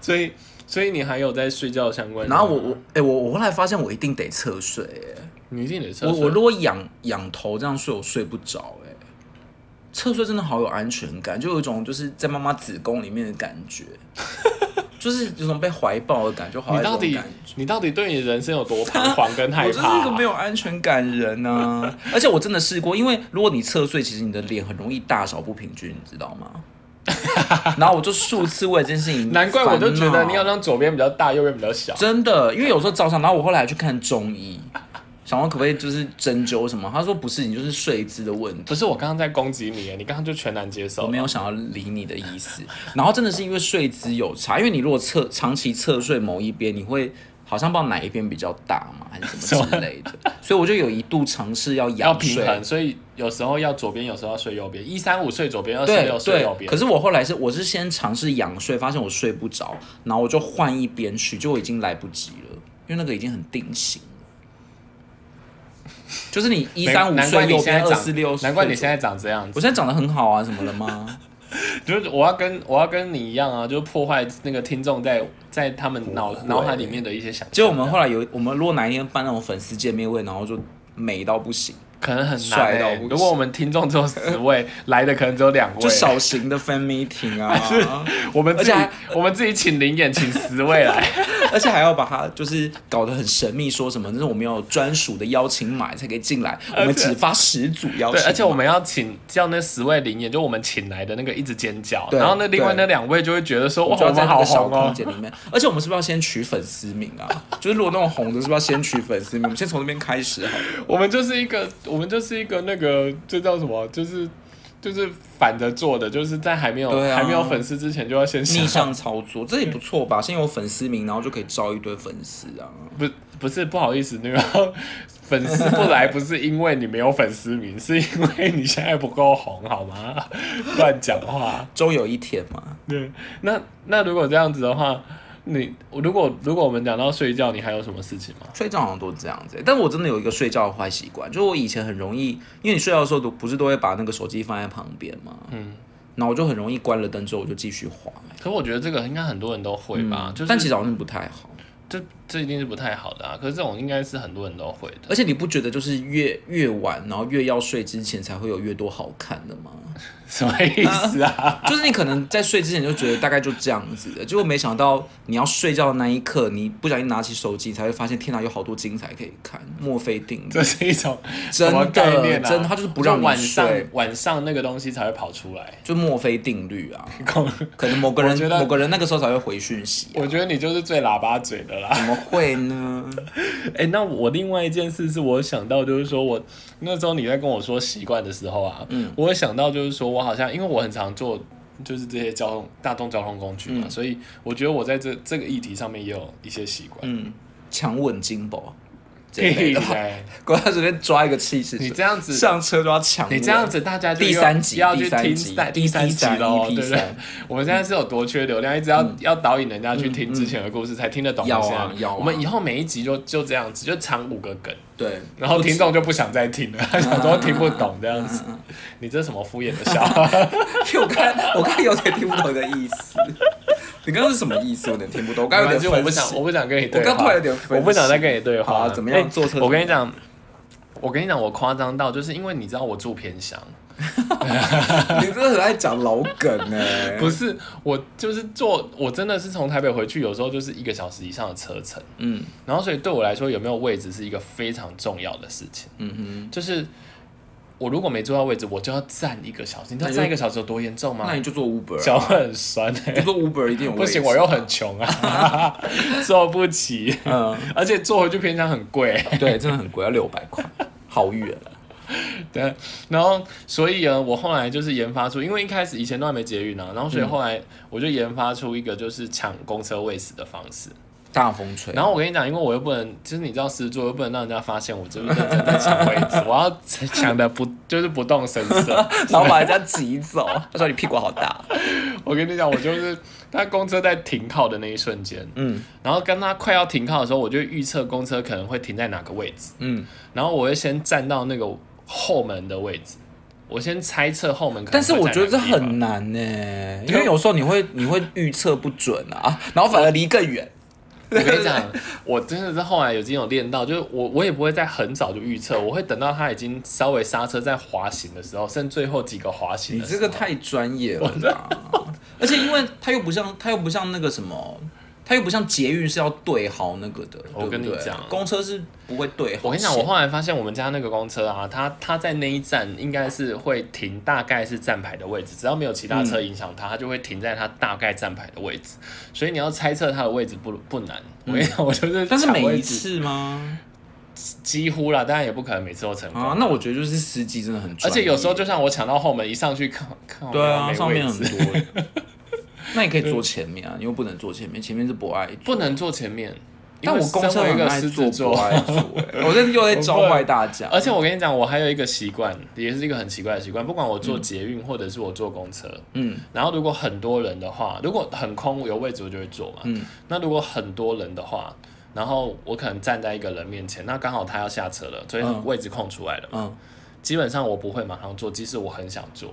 Speaker 1: 所以，所以你还有在睡觉相关的？
Speaker 2: 然后我我哎、我我后来发现我一定得侧睡、哎
Speaker 1: 你一定得测
Speaker 2: 我
Speaker 1: 试。
Speaker 2: 我如果仰仰头这样睡，我睡不着哎、侧睡真的好有安全感，就有一种就是在妈妈子宫里面的感
Speaker 1: *laughs*
Speaker 2: 觉，就是有种被怀抱的感觉，好爱
Speaker 1: 你
Speaker 2: 这
Speaker 1: 到
Speaker 2: 种
Speaker 1: 底
Speaker 2: 感觉。
Speaker 1: 你到底对你人生有多彷徨跟害
Speaker 2: *laughs* 我就是一
Speaker 1: 怕
Speaker 2: 个没
Speaker 1: 啊？
Speaker 2: 有安全感的人啊！ *laughs* 而且我真的试过，因为如果你侧睡，其实你的脸很容易大小不平均，你知道 *laughs* 吗？然后我就数次为这件事情，
Speaker 1: 难怪我就觉得你好像左边比较大，右边比较小。
Speaker 2: 真的，因为有时候早上，然后我后来还去看中医，想问可不可以就是针灸什么，他说不是，你就是睡姿的问题。
Speaker 1: 不是我刚刚在攻击你，你刚刚就全然接
Speaker 2: 我
Speaker 1: 受
Speaker 2: 没。有想要理你的意思。然后真的是因为睡姿有差，因为你如果侧长期侧睡某一边，你会好像不知道哪一边比较大嘛，还 *laughs* 是什么之类的。所以我就有一度尝试要
Speaker 1: 要
Speaker 2: 仰
Speaker 1: 平
Speaker 2: 睡。
Speaker 1: 衡，所以有时候要左边，有时候要睡右边。一三五睡左边，二四
Speaker 2: 对
Speaker 1: 六睡右
Speaker 2: 对，
Speaker 1: 边
Speaker 2: 可。是我后来是我是先尝试仰睡，发现我睡不着，然后我就换一边去，就我已经来不及了，因为那个已经很定型了就
Speaker 1: *laughs*
Speaker 2: 是你一三五
Speaker 1: 难怪
Speaker 2: 睡
Speaker 1: 你
Speaker 2: 右
Speaker 1: 现在
Speaker 2: 边，
Speaker 1: 长
Speaker 2: 二四六，
Speaker 1: 难怪你现在长这样
Speaker 2: 我
Speaker 1: 子。
Speaker 2: 现在长得很好啊，怎么了
Speaker 1: *laughs*
Speaker 2: 吗？
Speaker 1: 就是我要跟我要跟你一样啊，就是破坏那个听众在在他们脑
Speaker 2: 不会
Speaker 1: 脑海里面的一些想象。
Speaker 2: 结果我们后来有，我们如果哪一天办那种粉丝见面会，然后就美到不行，
Speaker 1: 可能很难、
Speaker 2: 帅到
Speaker 1: 欸。
Speaker 2: 不行
Speaker 1: 如果我们听众只有十位，来的可能只有两位，
Speaker 2: 就小型的 fan
Speaker 1: *laughs*
Speaker 2: meeting 啊，
Speaker 1: 我们自己
Speaker 2: 而且还
Speaker 1: 我们自己请零演请十位来，
Speaker 2: *laughs* 而且还要把它就是搞得很神秘，说什么那是我们有专属的邀请码才可以进来，我们只发十组邀
Speaker 1: 对
Speaker 2: 请，码，
Speaker 1: 而且我们要请叫那十位零演，就我们请来的那个一直尖叫，
Speaker 2: 对
Speaker 1: 然后那另外
Speaker 2: 对
Speaker 1: 那两位就会觉得说
Speaker 2: 我
Speaker 1: 哇，
Speaker 2: 就要
Speaker 1: 我
Speaker 2: 在
Speaker 1: 们
Speaker 2: 那
Speaker 1: 好
Speaker 2: 个小
Speaker 1: 红
Speaker 2: 空
Speaker 1: 哦，
Speaker 2: 间里面，而且我们是不是要先取粉丝名啊？就是如果那种红的，是不是要先取粉丝名？我们先从那边开始好了。
Speaker 1: 我们就是一个我们就是一个那个这叫什么，啊就是就是反着做的，就是在还没有、
Speaker 2: 对啊
Speaker 1: 还没有粉丝之前就要先想
Speaker 2: 逆向操作，这也不错吧？先有粉丝名，然后就可以招一堆粉丝啊。
Speaker 1: 不不是不好意思，那个粉丝不来不是因为你没有粉丝名，是因为你现在不够红，好吗？乱讲话。
Speaker 2: 终有一天嘛，
Speaker 1: 对，那那如果这样子的话，你如果如果我们讲到睡觉，你还有什么事情吗？
Speaker 2: 睡觉好像都这样子欸、但我真的有一个睡觉的坏习惯，就是我以前很容易，因为你睡觉的时候都不是都会把那个手机放在旁边嘛，嗯，然后我就很容易关了灯之后我就继续滑、欸，
Speaker 1: 可我觉得这个应该很多人都会吧，就是
Speaker 2: 嗯但其实好像不太好。
Speaker 1: 这这一定是不太好的啊。可是这种应该是很多人都会的，
Speaker 2: 而且你不觉得就是越越晚，然后越要睡之前才会有越多好看的吗？
Speaker 1: 什么意思啊？
Speaker 2: 就是你可能在睡之前就觉得大概就这样子的，结果没想到你要睡觉的那一刻，你不小心拿起手机才会发现，天哪，有好多精彩可以看，墨菲定律
Speaker 1: 这。是一种
Speaker 2: 真
Speaker 1: 什么
Speaker 2: 的
Speaker 1: 概念啊？
Speaker 2: 真的他就是不让你
Speaker 1: 晚上
Speaker 2: 睡
Speaker 1: 晚上那个东西才会跑出来。
Speaker 2: 就墨菲定
Speaker 1: *laughs*
Speaker 2: 律啊，
Speaker 1: 恐
Speaker 2: 可能某个
Speaker 1: 我觉
Speaker 2: 人
Speaker 1: 得
Speaker 2: 某个人那个时候才会回讯息、啊，
Speaker 1: 我觉得你就是最喇叭嘴的啦。
Speaker 2: 怎么会呢？
Speaker 1: 哎、那我另外一件事是我想到，就是说我那时候你在跟我说习惯的时候啊，嗯，我有想到就是说我好像因为我很常坐就是这些交通大众交通工具嘛，
Speaker 2: 嗯
Speaker 1: 所以我觉得我在这这个议题上面也有一些习惯。
Speaker 2: 嗯，强吻金
Speaker 1: *laughs*
Speaker 2: 宝这一类
Speaker 1: 屁
Speaker 2: 的，
Speaker 1: 嘞
Speaker 2: 管他随便抓一个气势，
Speaker 1: 你这样子
Speaker 2: 上车就要强吻，
Speaker 1: 你这样子，大家就
Speaker 2: 第
Speaker 1: 又
Speaker 2: 三集
Speaker 1: 要去
Speaker 2: 第三
Speaker 1: 听
Speaker 2: 集
Speaker 1: 三第三
Speaker 2: EP
Speaker 1: 集
Speaker 2: 三
Speaker 1: 喽，
Speaker 2: EP
Speaker 1: 对不对
Speaker 2: 三？嗯
Speaker 1: 我们现在是有多缺流量，一直要要导引人家去听之前的故事，才听得懂
Speaker 2: 要啊
Speaker 1: 现在
Speaker 2: 要啊
Speaker 1: 我们以后每一集就就这样子，就藏五个梗。
Speaker 2: 对，
Speaker 1: 然后听众就不想再听了，他想说听不懂这样子。你这什么敷衍的笑话？
Speaker 2: 因为我刚我刚才有点听不懂你的意 *laughs* 思，你刚刚是什么意思？我有点听不 *laughs* 懂，我刚刚
Speaker 1: 没
Speaker 2: 有
Speaker 1: 关系我
Speaker 2: 点
Speaker 1: 不
Speaker 2: 分
Speaker 1: 想，
Speaker 2: 析。
Speaker 1: 我不想跟你对话。
Speaker 2: 我刚突然有点分
Speaker 1: 我
Speaker 2: 心
Speaker 1: 不想再跟你对话
Speaker 2: 好
Speaker 1: 了。
Speaker 2: 啊怎么样
Speaker 1: 哎
Speaker 2: 坐车
Speaker 1: 我跟你讲，我跟你讲，我夸张到就是因为你知道我住偏乡，
Speaker 2: 你真的很爱讲老梗欸呢、
Speaker 1: 不是我就是坐，我真的是从台北回去，有时候就是一个小时以上的车程。
Speaker 2: 嗯
Speaker 1: 然后所以对我来说，有没有位置是一个非常重要的事情。
Speaker 2: 嗯
Speaker 1: 就是我如果没坐到位置，我就要站一个小时。你知道
Speaker 2: 那就
Speaker 1: 站一个小时有多严重
Speaker 2: 哼，
Speaker 1: 吗
Speaker 2: 那？你就做 Uber，、
Speaker 1: 脚
Speaker 2: 啊、
Speaker 1: 会很酸哎、
Speaker 2: 你做 Uber 一定有
Speaker 1: 不行，
Speaker 2: 位置
Speaker 1: 我又很穷啊， *laughs* 坐不起，
Speaker 2: *laughs* 嗯，
Speaker 1: 而且坐回去偏向很贵。
Speaker 2: 对，真的很贵，要六百块，好远 *laughs* 啊。
Speaker 1: 对，然后所以呃呢，我后来就是研发出，因为一开始以前都还没捷运啊，然后所以后来我就研发出一个就是抢公车位置的方式。
Speaker 2: 大风吹， *laughs*
Speaker 1: 然后我跟你讲，因为我又不能，就是你知道狮子座又不能让人家发现我真的认真在抢位置，我要抢的不就是不动声色。
Speaker 2: 然后把人家挤走。 *laughs* 他说你屁股好大，
Speaker 1: 我跟你讲，我就是 *laughs* 他公车在停靠的那一瞬间，
Speaker 2: 嗯
Speaker 1: 然后跟他快要停靠的时候，我就预测公车可能会停在哪个位置，
Speaker 2: 嗯。
Speaker 1: 然后我会先站到那个后门的位置，我先猜测后门可能。
Speaker 2: 但是我觉得这很 *laughs*
Speaker 1: 难。
Speaker 2: 难呢、因为有时候你会你会预测不准啊，然后反而离更远。
Speaker 1: 我跟你讲，我真的是后来有经有练到，就是我我也不会在很早就预测，我会等到他已经稍微刹车在滑行的时候，剩最后几个滑行
Speaker 2: 你
Speaker 1: 的时候。
Speaker 2: 这个太专业了啦，而且因为它又不像它又不像那个什么，它又不像捷运是要对好那个的，
Speaker 1: 我跟你
Speaker 2: 对不对
Speaker 1: 讲
Speaker 2: 公车是不会对好线。
Speaker 1: 我跟你讲，我后来发现我们家那个公车啊，它它在那一站应该是会停，大概是站牌的位置，只要没有其他车影响
Speaker 2: 嗯
Speaker 1: 它，它就会停在它大概站牌的位置。所以你要猜测它的位置不不难。我跟你讲，我就是
Speaker 2: 嗯但是
Speaker 1: 抢
Speaker 2: 每
Speaker 1: 位
Speaker 2: 一
Speaker 1: 置
Speaker 2: 次吗？
Speaker 1: 几乎啦，当然也不可能每次都成功。
Speaker 2: 啊，那我觉得就是司机真的很
Speaker 1: 而
Speaker 2: 专业，
Speaker 1: 且有时候就像我抢到后门一上去，看看
Speaker 2: 对啊，
Speaker 1: 没
Speaker 2: 上面
Speaker 1: 位
Speaker 2: 很
Speaker 1: 置
Speaker 2: 多耶。
Speaker 1: *laughs*
Speaker 2: 那你可以坐前面啊，你又不能坐前面，前面是不爱
Speaker 1: 不
Speaker 2: 坐。
Speaker 1: 能坐前面。
Speaker 2: 但我公车
Speaker 1: 有一
Speaker 2: 很
Speaker 1: 个
Speaker 2: 爱
Speaker 1: 狮
Speaker 2: 坐
Speaker 1: 子
Speaker 2: 啊不
Speaker 1: 座，
Speaker 2: 爱坐耶，我这又在教坏大家。
Speaker 1: 而且我跟你讲，我还有一个习惯，也是一个很奇怪的习惯。不管我坐捷运或者是我坐公车，
Speaker 2: 嗯，
Speaker 1: 然后如果很多人的话，如果很空有位置，我就会坐嘛。
Speaker 2: 嗯
Speaker 1: 那如果很多人的话，然后我可能站在一个人面前，那刚好他要下车了，所以
Speaker 2: 嗯
Speaker 1: 位置空出来了嘛。
Speaker 2: 嗯
Speaker 1: 基本上我不会马上坐，即使我很想坐，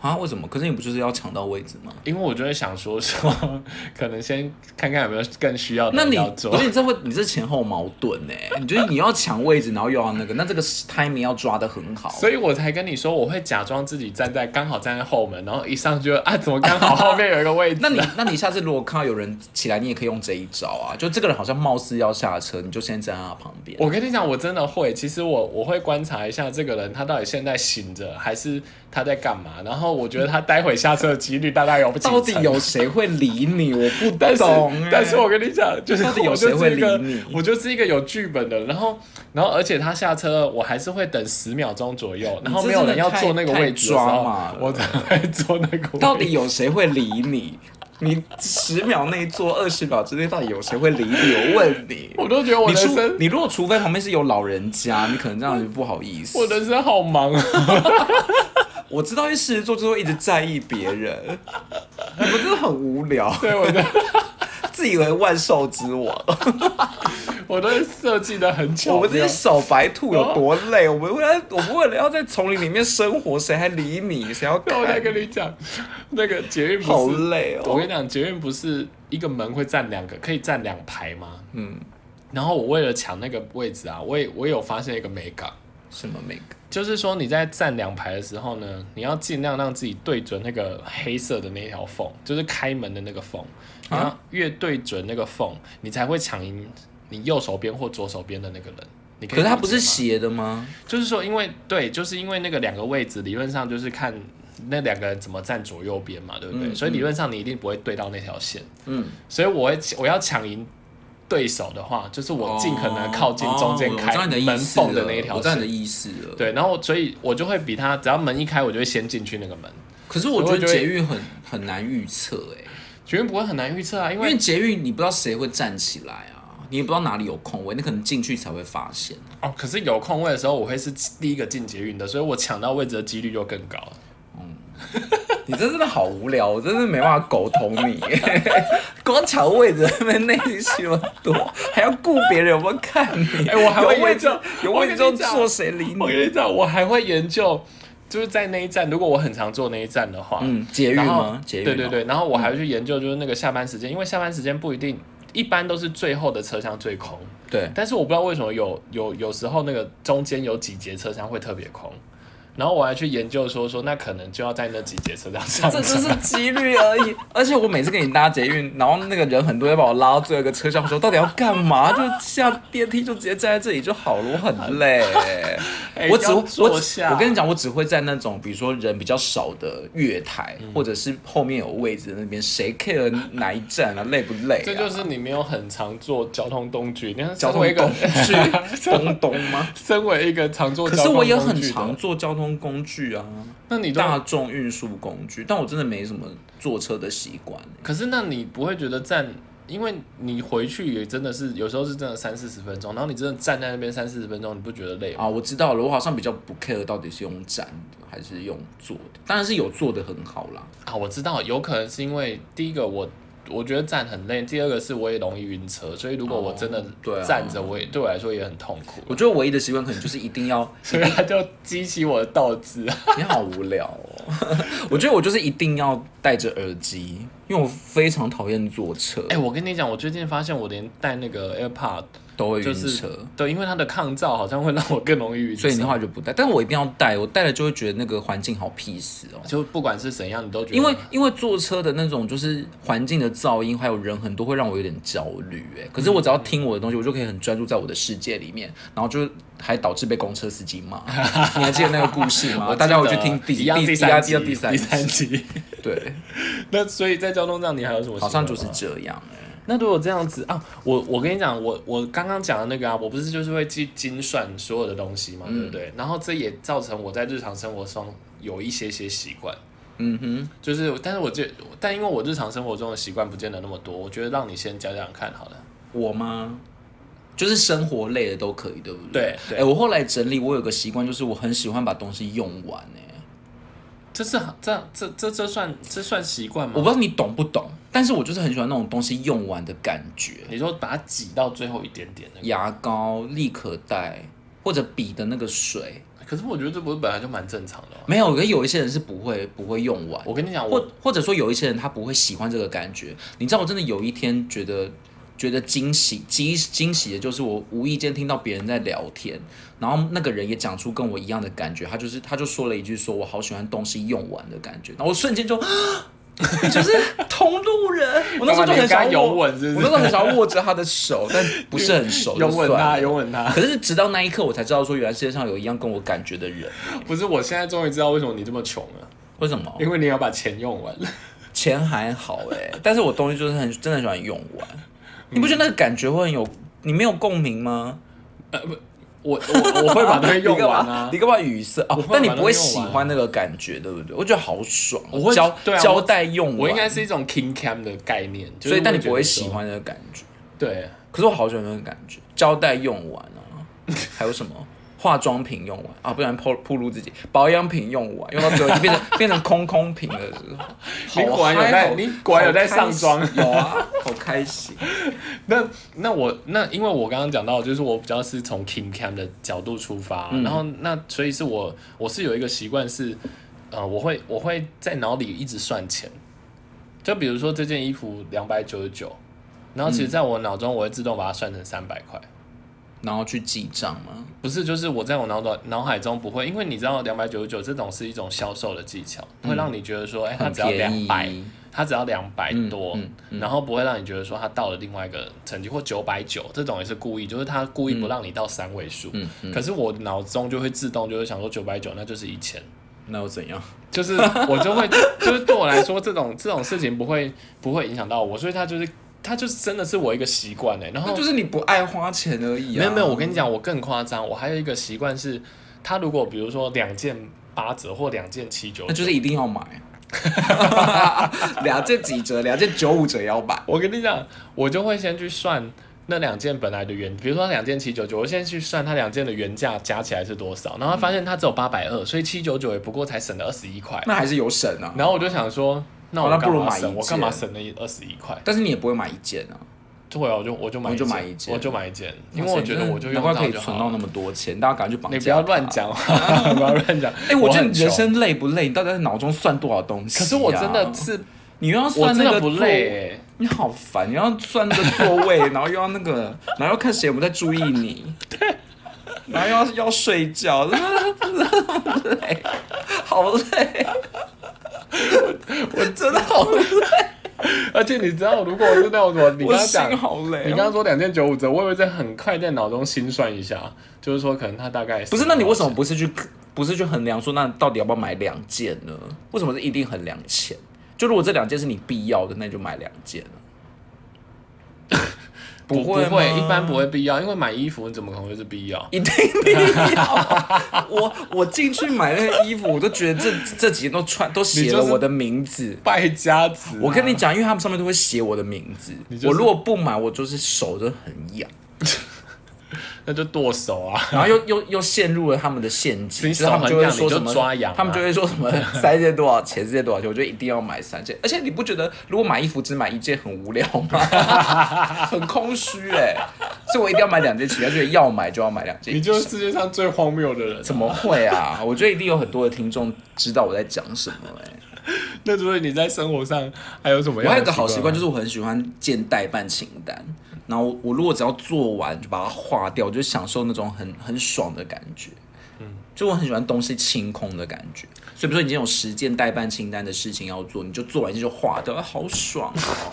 Speaker 2: 啊，为什么？可是你不就是要抢到位置吗？
Speaker 1: 因为我就会想说说， *laughs* 可能先看看有没有更需要的
Speaker 2: 那
Speaker 1: 人
Speaker 2: 你
Speaker 1: 要
Speaker 2: 不
Speaker 1: 坐。
Speaker 2: 是你这会你这前后矛盾呢、你觉得你要抢位置，然后又要那个，那这个 timing 要抓的很好。
Speaker 1: 所以我才跟你说，我会假装自己站在刚好站在后门，然后一上去就啊，怎么刚好后面有一个位置？
Speaker 2: *laughs* 那你那你下次如果看到有人起来，你也可以用这一招啊，就这个人好像貌似要下车，你就先站在他旁边。
Speaker 1: 我跟你讲，我真的会。其实我我会观察一下这个人，他到底现在醒着还是他在干嘛。然后我觉得他待会下车的几率大概有几成
Speaker 2: 到底有谁会理你？我 *laughs* 不
Speaker 1: 但是
Speaker 2: 懂、欸。
Speaker 1: 但是我跟你讲，就是
Speaker 2: 到底有
Speaker 1: 我就是
Speaker 2: 谁会
Speaker 1: 一个
Speaker 2: 理你
Speaker 1: 我就是一个有剧本的。然后然后而且他下车，我还是会等十秒钟左右，然后没有人要坐那个位置的时
Speaker 2: 你这真
Speaker 1: 候
Speaker 2: 的太太抓马了，
Speaker 1: 我才会坐那个位置。
Speaker 2: 到底有谁会理你？你十秒内做，二十秒之内到底有谁会理你？我问你，
Speaker 1: 我都觉得我
Speaker 2: 你
Speaker 1: 人
Speaker 2: 除
Speaker 1: 生
Speaker 2: 你如果除非旁边是有老人家，你可能这样就不好意思。
Speaker 1: 我人生好忙
Speaker 2: *laughs*
Speaker 1: 啊！
Speaker 2: 我知道，因为狮子座就会一直在意
Speaker 1: *laughs*
Speaker 2: 别人，
Speaker 1: 哎
Speaker 2: 你们真的很无聊，
Speaker 1: 对，我的
Speaker 2: *laughs* 自以为万兽
Speaker 1: *laughs*
Speaker 2: 之王。
Speaker 1: 我都是设计的很巧
Speaker 2: 我们这
Speaker 1: 妙
Speaker 2: 些。小白兔有多累？
Speaker 1: 哦
Speaker 2: 我们为了我们为了要在丛林里面生活，谁还理你？谁要
Speaker 1: 那我再
Speaker 2: 看
Speaker 1: 跟你讲，那个捷运
Speaker 2: 好
Speaker 1: 不是
Speaker 2: 累
Speaker 1: 我跟
Speaker 2: 哦。
Speaker 1: 你讲，捷运不是一个门会站两个，可以站两排吗？
Speaker 2: 嗯，
Speaker 1: 然后我为了抢那个位置啊，我也我有发现一个美感，
Speaker 2: 什么每个？
Speaker 1: 就是说你在站两排的时候呢，你要尽量让自己对准那个黑色的那条缝，就是开门的那个缝，
Speaker 2: 啊
Speaker 1: 然后越对准那个缝，你才会抢赢你右手边或左手边的那个人。你
Speaker 2: 可是它不是
Speaker 1: 理解吗
Speaker 2: 斜的吗？
Speaker 1: 就是说，因为对，就是因为那个两个位置，理论上就是看那两个人怎么站左右边嘛，对不对？
Speaker 2: 嗯
Speaker 1: 所以理论上你一定不会对到那条线，
Speaker 2: 嗯，
Speaker 1: 所以我会我要抢赢对手的话，就是我嗯尽可能靠近中间
Speaker 2: 哦我知
Speaker 1: 开、
Speaker 2: 道你的意思
Speaker 1: 门缝的
Speaker 2: 了
Speaker 1: 那一条
Speaker 2: 我知道你的
Speaker 1: 线。
Speaker 2: 意思了。
Speaker 1: 对，然后所以我就会比他，只要门一开，我就会先进去那个门。
Speaker 2: 可是我
Speaker 1: 所
Speaker 2: 觉
Speaker 1: 以我就
Speaker 2: 得
Speaker 1: 会
Speaker 2: 捷运很很难预测哎，
Speaker 1: 绝对不会很难预测啊，因
Speaker 2: 因
Speaker 1: 为
Speaker 2: 为捷运你不知道谁会站起来啊，你也不知道哪里有空位，你可能进去才会发现。
Speaker 1: 哦，可是有空位的时候，我会是第一个进捷运的，所以我抢到位置的几率就更高。
Speaker 2: 嗯你真的好无聊，我真是没办法苟同你， *laughs* 光抢位置在那边内心有多，还要顾别人有没有看你。
Speaker 1: 哎我还会
Speaker 2: 有位置
Speaker 1: 研究，
Speaker 2: 有位置
Speaker 1: 我
Speaker 2: 就
Speaker 1: 跟你讲
Speaker 2: 坐谁理
Speaker 1: 我跟
Speaker 2: 你？
Speaker 1: 你讲，我还会研究，就是在那一站，如果我很常坐那一站的话，
Speaker 2: 嗯，捷运
Speaker 1: 然后
Speaker 2: 吗？捷运
Speaker 1: 对对
Speaker 2: 哦，
Speaker 1: 对，然后我还会去研究，就是那个下班时间，因为下班时间不一定，一般都是最后的车厢最空，
Speaker 2: 对，
Speaker 1: 但是我不知道为什么有有有时候那个中间有几节车厢会特别空，然后我还去研究说说那可能就要在那几节车厢上
Speaker 2: 这
Speaker 1: 车，
Speaker 2: 只是几率而
Speaker 1: *laughs*
Speaker 2: 已。而且我每次跟你搭捷运，然后那个人很多，要把我拉到最后一个车厢，我说到底要
Speaker 1: *laughs*
Speaker 2: 干嘛？就下电梯就直接站在这里就好了，我很
Speaker 1: *laughs*
Speaker 2: 累。
Speaker 1: 哎
Speaker 2: 我只
Speaker 1: 要
Speaker 2: 会我
Speaker 1: 坐
Speaker 2: 只
Speaker 1: 下，
Speaker 2: 我跟你讲，我只会在那种比如说人比较少的月台，或者是后面有位置的那边，谁 care 哪一站啊？累不累、啊？
Speaker 1: 这就是你没有很常坐交通工具，你看
Speaker 2: 交
Speaker 1: 身
Speaker 2: 通
Speaker 1: 为一
Speaker 2: 工
Speaker 1: 个
Speaker 2: 具啊东东吗？
Speaker 1: *laughs* 身为一个常坐
Speaker 2: 可
Speaker 1: 交
Speaker 2: 是
Speaker 1: 通
Speaker 2: 我
Speaker 1: 工具
Speaker 2: 也
Speaker 1: 的，
Speaker 2: 很常坐交通工具啊，
Speaker 1: 那你都
Speaker 2: 大众运输工具，但我真的没什么坐车的习惯欸、
Speaker 1: 可是那你不会觉得站？因为你回去也真的是有时候是真的三四十分钟，然后你真的站在那边三四十分钟，你不觉得累吗？
Speaker 2: 啊，我知道了，我好像比较不 care 到底是用粘的还是用做的，当然是有做的很好啦。
Speaker 1: 啊，我知道，有可能是因为第一个我我觉得站很累，第二个是我也容易晕车，所以如果我真的
Speaker 2: 哦对啊
Speaker 1: 站着，我也对我来说也很痛苦，
Speaker 2: 我觉得唯一的习惯可能就是一定要，
Speaker 1: 所以它就激起我的斗志。
Speaker 2: 你好无聊哦。 *laughs* 我觉得我就是一定要戴着耳机，因为我非常讨厌坐车，
Speaker 1: *laughs* 哎、我跟你讲，我最近发现我连带那个 AirPod
Speaker 2: 都会
Speaker 1: 就
Speaker 2: 晕
Speaker 1: 是
Speaker 2: 车。
Speaker 1: 对，因为它的抗噪好像会让我更容易晕车
Speaker 2: 所以你的话就不戴，但我一定要戴，我戴了就会觉得那个环境好 peace 哦。
Speaker 1: 就不管是怎样，你都觉得
Speaker 2: 因为因为坐车的那种就是环境的噪音，还有人很多，会让我有点焦虑哎。可是我只要听我的东西，我就可以很专注在我的世界里面，然后就还导致被公车司机
Speaker 1: *laughs*
Speaker 2: 骂。你还记得那个故事吗？
Speaker 1: 我
Speaker 2: 大家
Speaker 1: 记
Speaker 2: 回去
Speaker 1: 得
Speaker 2: 听第
Speaker 1: 一样
Speaker 2: 第
Speaker 1: 第
Speaker 2: 第二
Speaker 1: 三
Speaker 2: 第二
Speaker 1: 集
Speaker 2: 第三
Speaker 1: 第
Speaker 2: 集
Speaker 1: 三集。 *laughs*
Speaker 2: 对，
Speaker 1: 那所以在交通上你还有什么习惯吗？
Speaker 2: 好像就是这样哎。
Speaker 1: 那如果这样子啊，我我跟你讲，我我刚刚讲的那个啊，我不是就是会去精算所有的东西
Speaker 2: 嗯
Speaker 1: 嘛，对不对？然后这也造成我在日常生活中有一些些习惯，
Speaker 2: 嗯哼，
Speaker 1: 就是但是我这但因为我日常生活中的习惯不见得那么多，我觉得让你先讲讲看好了。
Speaker 2: 我吗？就是生活类的都可以，对不对？
Speaker 1: 对对
Speaker 2: 哎、我后来整理，我有个习惯，就是我很喜欢把东西用完哎。
Speaker 1: 这是这这这这算这算习惯吗？
Speaker 2: 我不知道你懂不懂，但是我就是很喜欢那种东西用完的感觉。
Speaker 1: 你说把它挤到最后一点点那个，
Speaker 2: 牙膏、立可带或者笔的那个水，
Speaker 1: 可是我觉得这不是本来就蛮正常的吗？
Speaker 2: 没有，可是有一些人是不会不会用完，
Speaker 1: 我跟你讲，我
Speaker 2: 或或者说有一些人他不会喜欢这个感觉。你知道，我真的有一天觉得觉得惊喜惊惊喜的就是我无意间听到别人在聊天，然后那个人也讲出跟我一样的感觉，他就是他就说了一句说我好喜欢东西用完的感觉，然后我瞬间就。 *gasps* 就是同路人，我那时候就很想
Speaker 1: 干嘛你跟他
Speaker 2: 握
Speaker 1: *laughs* 拥吻是不是
Speaker 2: 我那时候很想要握着他的手，但不是很熟，
Speaker 1: 拥吻
Speaker 2: 就算
Speaker 1: 他，
Speaker 2: 了
Speaker 1: 拥吻他。
Speaker 2: 可是直到那一刻，我才知道说，原来世界上有一样跟我感觉的人。
Speaker 1: *laughs* 不是，我现在终于知道为什么你这么穷了，
Speaker 2: 为什么？
Speaker 1: 因为你要把钱用完。 *laughs*
Speaker 2: 钱还好哎、但是我东西就是很真的很喜欢用完。你不觉得那个感觉会很有？你没有共鸣吗？
Speaker 1: 我我我会把它用完啊
Speaker 2: *laughs* 你。干嘛语塞
Speaker 1: 我
Speaker 2: 哦
Speaker 1: 会？把
Speaker 2: 但你
Speaker 1: 它
Speaker 2: 不会
Speaker 1: 用
Speaker 2: 喜
Speaker 1: 完啊
Speaker 2: 欢那个感觉，对不对？我觉得好爽哦，
Speaker 1: 我会
Speaker 2: 胶
Speaker 1: 对啊
Speaker 2: 胶
Speaker 1: 我
Speaker 2: 带用完，
Speaker 1: 我应该是一种 king cam 的概念，就是
Speaker 2: 所以但你
Speaker 1: 觉得
Speaker 2: 不会
Speaker 1: 说
Speaker 2: 喜。欢那个感觉。
Speaker 1: 对，
Speaker 2: 可是我好喜欢那个感觉，胶带用完啊，
Speaker 1: *laughs*
Speaker 2: 还有什么化妆品用完啊，不然暴暴露自己，保养品用完，用到最后就变成变成空空瓶了。好
Speaker 1: 你果然有
Speaker 2: 嗨
Speaker 1: 在
Speaker 2: 好
Speaker 1: 你果然有在上妆
Speaker 2: 好开心有啊，好开心。
Speaker 1: *laughs* 那那我那因为我刚刚讲到，就是我比较是从 king cam 的角度出发，
Speaker 2: 嗯
Speaker 1: 然后那所以是我我是有一个习惯是，呃，我会我会在脑里一直算钱，就比如说这件衣服两百九十九，然后
Speaker 2: 嗯
Speaker 1: 其实在我脑中我会自动把它算成三百块。
Speaker 2: 然后去记账吗？
Speaker 1: 不是，就是我在我脑脑脑海中不会，因为你知道两百九十九这种是一种销售的技巧，会让你觉得说，哎、它
Speaker 2: 很
Speaker 1: 只要
Speaker 2: 便
Speaker 1: 两
Speaker 2: 宜
Speaker 1: 百，它只要两百多，
Speaker 2: 嗯
Speaker 1: 然后不会让你觉得说它到了另外一个成绩或九百九这种也是故意，就是它故意不让你到三位数。
Speaker 2: 嗯
Speaker 1: 可是我脑中就会自动就会想说九百九那就是一千，
Speaker 2: 那又怎样？
Speaker 1: 就是我就会 *laughs* 就是对我来说这种这种事情不会不会影响到我，所以它就是它就是真的是我一个习惯哎，然后
Speaker 2: 那就是你不爱花钱而已、啊。
Speaker 1: 没有没有，我跟你讲，我更夸张，我还有一个习惯是，他如果比如说两件八折或两件七九
Speaker 2: 那
Speaker 1: 折，
Speaker 2: 就是一定
Speaker 1: *laughs*
Speaker 2: 要买。两件几折？两件九五折也要买。
Speaker 1: 我跟你讲，我就会先去算那两件本来的原，比如说两件七九九，我先去算它两件的原价加起来是多少，然后发现它只有八百
Speaker 2: 嗯
Speaker 1: 二，所以七九九也不过才省了二十一块，
Speaker 2: 那还是有省啊。
Speaker 1: 然后我就想说，那
Speaker 2: 哦
Speaker 1: 我
Speaker 2: 那
Speaker 1: 干
Speaker 2: 不如
Speaker 1: 嘛
Speaker 2: 买
Speaker 1: 省？
Speaker 2: 一
Speaker 1: 我干嘛
Speaker 2: 件
Speaker 1: 省了二十一块？
Speaker 2: 但是你也不会买一件啊，
Speaker 1: 对啊，我就我就买
Speaker 2: 我
Speaker 1: 一
Speaker 2: 就
Speaker 1: 件，
Speaker 2: 买一件
Speaker 1: 我就买一件，因为我觉得我就
Speaker 2: 难
Speaker 1: 用
Speaker 2: 怪
Speaker 1: 到
Speaker 2: 可以
Speaker 1: 就
Speaker 2: 存
Speaker 1: 好
Speaker 2: 到
Speaker 1: 了。
Speaker 2: 那么多钱，大家赶快去绑架。
Speaker 1: 你不要乱。讲啊 *laughs* 话，不要乱讲。
Speaker 2: *laughs* 哎、我觉得
Speaker 1: 很
Speaker 2: 你人
Speaker 1: 穷，
Speaker 2: 生累不累？你到底在脑中算多少东西、
Speaker 1: 可是我真的，是，
Speaker 2: 你又要
Speaker 1: 我
Speaker 2: 算
Speaker 1: 真
Speaker 2: 那
Speaker 1: 的
Speaker 2: 个
Speaker 1: 不
Speaker 2: 座
Speaker 1: 累、，
Speaker 2: 你好烦，你要算那个座位，然后又要那个，然后又看谁有没有在注意你，对，然后又要要睡觉，真的真的累，好累，我我真的好累，
Speaker 1: 而且你知道，如果是那种什么，你
Speaker 2: 我
Speaker 1: 刚刚
Speaker 2: 心
Speaker 1: 讲，
Speaker 2: 好累哦。
Speaker 1: 你刚刚说两件九五折，我以为在很快在脑中心算一下，就是说可能他大概
Speaker 2: 不是，那你为什么不是去不是去衡量说，那到底要不要买两件呢？为什么是一定衡量钱？就如果这两件是你必要的，那你就买两件啊
Speaker 1: 不
Speaker 2: 会
Speaker 1: 不会，
Speaker 2: 吗
Speaker 1: 一般不会必要，因为买衣服你怎么可能会是必要？
Speaker 2: 一定不要！我我进去买那个衣服，我都觉得这这几件都穿都写了我的名字。
Speaker 1: 败家子啊、
Speaker 2: 我跟你讲，因为他们上面都会写我的名字。
Speaker 1: 就是
Speaker 2: 我如果不买，我就是手就很痒，
Speaker 1: 那就剁手啊！
Speaker 2: 然后又又又陷入了他们的陷阱，
Speaker 1: 你
Speaker 2: 就是他们就会
Speaker 1: 手很痒
Speaker 2: 说什
Speaker 1: 你
Speaker 2: 么
Speaker 1: 就抓痒啊
Speaker 2: 他们就会说什么
Speaker 1: *laughs*
Speaker 2: 三件多少钱，四件多少钱，我就一定要买三件。而且你不觉得如果买衣服只买一件很无聊吗？ *laughs* 很空虚哎、所以我一定要买两件起来，觉得要买就要买两件。
Speaker 1: 你就是世界上最荒谬的人。
Speaker 2: 怎么会啊？我觉得一定有很多的听众知道我在讲什么哎、
Speaker 1: 那除了你在生活上还有什么
Speaker 2: 我
Speaker 1: 样
Speaker 2: 还
Speaker 1: 的
Speaker 2: 有一个好习惯，就是是我很喜欢建代办清单，然后我我如果只要做完就把它划掉，我就享受那种很很爽的感觉。
Speaker 1: 嗯
Speaker 2: 就我很喜欢东西清空的感觉，所以比如说你今天有十件代办清单的事情要做，你就做完一件就划掉，哎，好爽
Speaker 1: *laughs*
Speaker 2: 哦！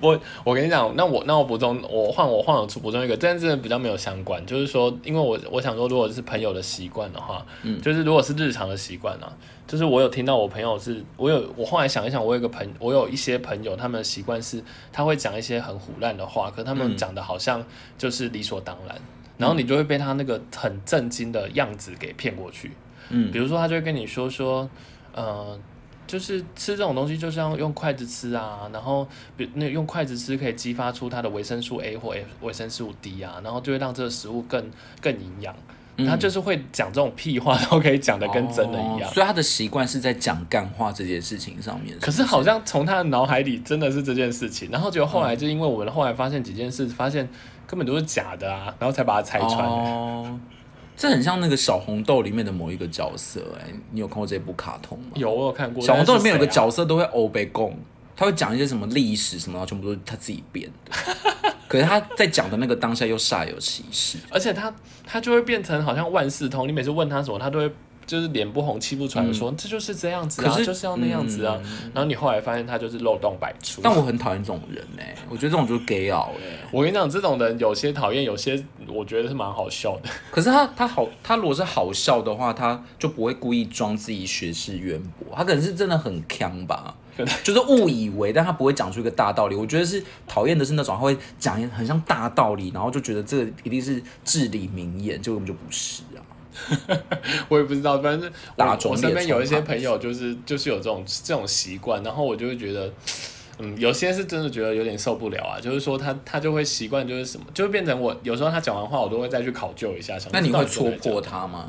Speaker 1: 我我跟你讲，那我那我补充，我换我换我补充一个，但是比较没有相关，就是说，因为我我想说，如果是朋友的习惯的话，嗯，就是如果是日常的习惯啊，就是我有听到我朋友是，我有我后来想一想，我有一个朋，我有一些朋友，他们的习惯是他会讲一些很胡乱的话，可是他们讲的好像就是理所当然，然后你就会被他那个很震惊的样子给骗过去，
Speaker 2: 嗯
Speaker 1: 比如说他就会跟你说说，呃，就是吃这种东西就是要用筷子吃啊，然后比那用筷子吃可以激发出它的维生素 A 或 A- 维生素 D 啊，然后就会让这个食物更更营养。
Speaker 2: 嗯
Speaker 1: 他就是会讲这种屁话，都可以讲的跟真的一样
Speaker 2: 哦。所以他的习惯是在讲干话这件事情上面。
Speaker 1: 可是好像从他的脑海里真的是这件事情，然后结果后来就因为我们后来发现几件事，发现根本都是假的啊，然后才把它拆穿的。
Speaker 2: 哦，这很像那个小红豆里面的某一个角色、哎，你有看过这部卡通吗？
Speaker 1: 有我有看过，
Speaker 2: 小红豆里面有个
Speaker 1: 但是是谁啊
Speaker 2: 角色都会欧北贡，他会讲一些什么历史什么，然后全部都是他自己编的。
Speaker 1: *laughs*
Speaker 2: 可是他在讲的那个当下又煞有其事，
Speaker 1: 而且他他就会变成好像万事通，你每次问他什么，他都会就是脸不红气不喘的说、这就是这样子啊，
Speaker 2: 嗯可是嗯
Speaker 1: 就是要那样子啊。然后你后来发现他就是漏洞百出。
Speaker 2: 但我很讨厌这种人哎、我觉得这种就是 gay 佬哎、
Speaker 1: 我跟你讲，这种人有些讨厌，有些我觉得是蛮好笑的。 *laughs*
Speaker 2: 可是他他好，他如果是好笑的话，他就不会故意装自己学识渊博，他可能是真的很坑吧
Speaker 1: 可能，
Speaker 2: 就是误以为，但他不会讲出一个大道理。我觉得是讨厌的是那种他会讲一很像大道理，然后就觉得这一定是至理名言，结果根本就不是啊。
Speaker 1: 我也不知道，反正
Speaker 2: 大
Speaker 1: 我
Speaker 2: 众
Speaker 1: 我身边
Speaker 2: 猎宠
Speaker 1: 有一些
Speaker 2: 嘛
Speaker 1: 朋友就是就是有这种这种习惯，然后我就会觉得。嗯，有些是真的觉得有点受不了啊，就是说他他就会习惯，就是什么，就会变成我有时候他讲完话，我都会再去考究一下。想
Speaker 2: 那你
Speaker 1: 知道
Speaker 2: 会
Speaker 1: 底真
Speaker 2: 戳
Speaker 1: 的假的
Speaker 2: 破他吗？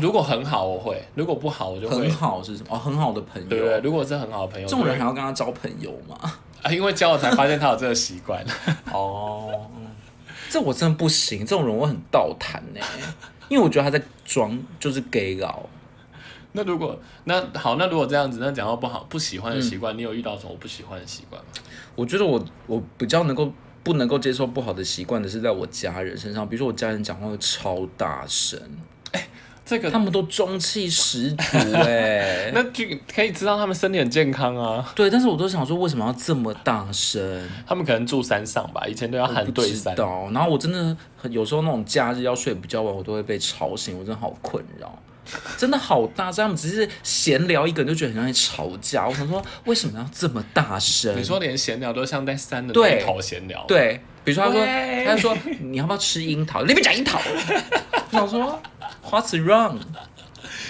Speaker 1: 如果很好，我会；如果不好，我就会
Speaker 2: 很好是什么？哦，很好的朋友。
Speaker 1: 对不对？如果是很好的朋友，
Speaker 2: 这种人
Speaker 1: 对
Speaker 2: 还要跟他交朋友吗？ *laughs*
Speaker 1: 啊，因为交了才发现他有这个习惯。 *laughs*
Speaker 2: 哦，这我真的不行，这种人我很倒谈呢、 *laughs* 因为我觉得他在装，就是 gay 佬。
Speaker 1: 那如果那好，那如果这样子，那讲到不好不喜欢的习惯，你有遇到什么不喜欢的习惯吗？
Speaker 2: 我觉得我我比较能够不能够接受不好的习惯的是在我家人身上，比如说我家人讲话会超大声，
Speaker 1: 这个
Speaker 2: 他们都中气十足
Speaker 1: *laughs*
Speaker 2: 哎、
Speaker 1: 那就可以知道他们身体很健康啊，
Speaker 2: 对，但是我都想说，为什么要这么大声？
Speaker 1: 他们可能住山上吧，以前都要喊
Speaker 2: 不
Speaker 1: 对
Speaker 2: 知
Speaker 1: 山。
Speaker 2: 道。然后我真的很有时候那种假日要睡比较晚，我都会被吵醒，我真的好困扰。真的好大声，他们只是闲聊一个人就觉得很像在吵架。我想说，为什么要这么大声？
Speaker 1: 你说连闲聊都像在山的
Speaker 2: 对
Speaker 1: 那头闲聊，，
Speaker 2: 对，比如说他说，
Speaker 1: 喂
Speaker 2: 他就说你要不要吃樱桃？你别讲樱桃。我想说，What's wrong？
Speaker 1: *laughs*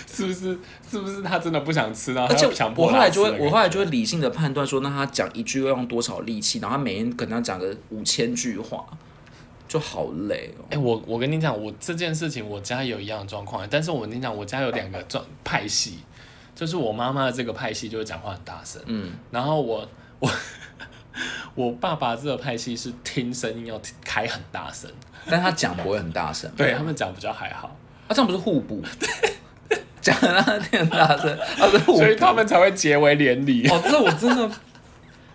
Speaker 1: 是不是？是不是他真的不想吃呢？
Speaker 2: 而且
Speaker 1: 他强迫
Speaker 2: 我后来就
Speaker 1: 拉
Speaker 2: 会，
Speaker 1: 丝的
Speaker 2: 我后来就会理性的判断说，那他讲一句要用多少力气，然后他每天可能要讲个五千句话，就好累哦。
Speaker 1: 哎、我我跟你讲，我这件事情我家也有一样的状况，但是我跟你讲，我家有两个状派系，就是我妈妈的这个派系就是讲话很大声，
Speaker 2: 嗯，
Speaker 1: 然后我我 *laughs* 我爸爸这个派系是听声音要听开很大声，
Speaker 2: 但他讲不会很大声。
Speaker 1: 对他们讲比较还好，
Speaker 2: 啊，这样不是互补？讲的那点大声，啊，是互补
Speaker 1: 所。以他们才会结为连理。
Speaker 2: 哦，这我真的。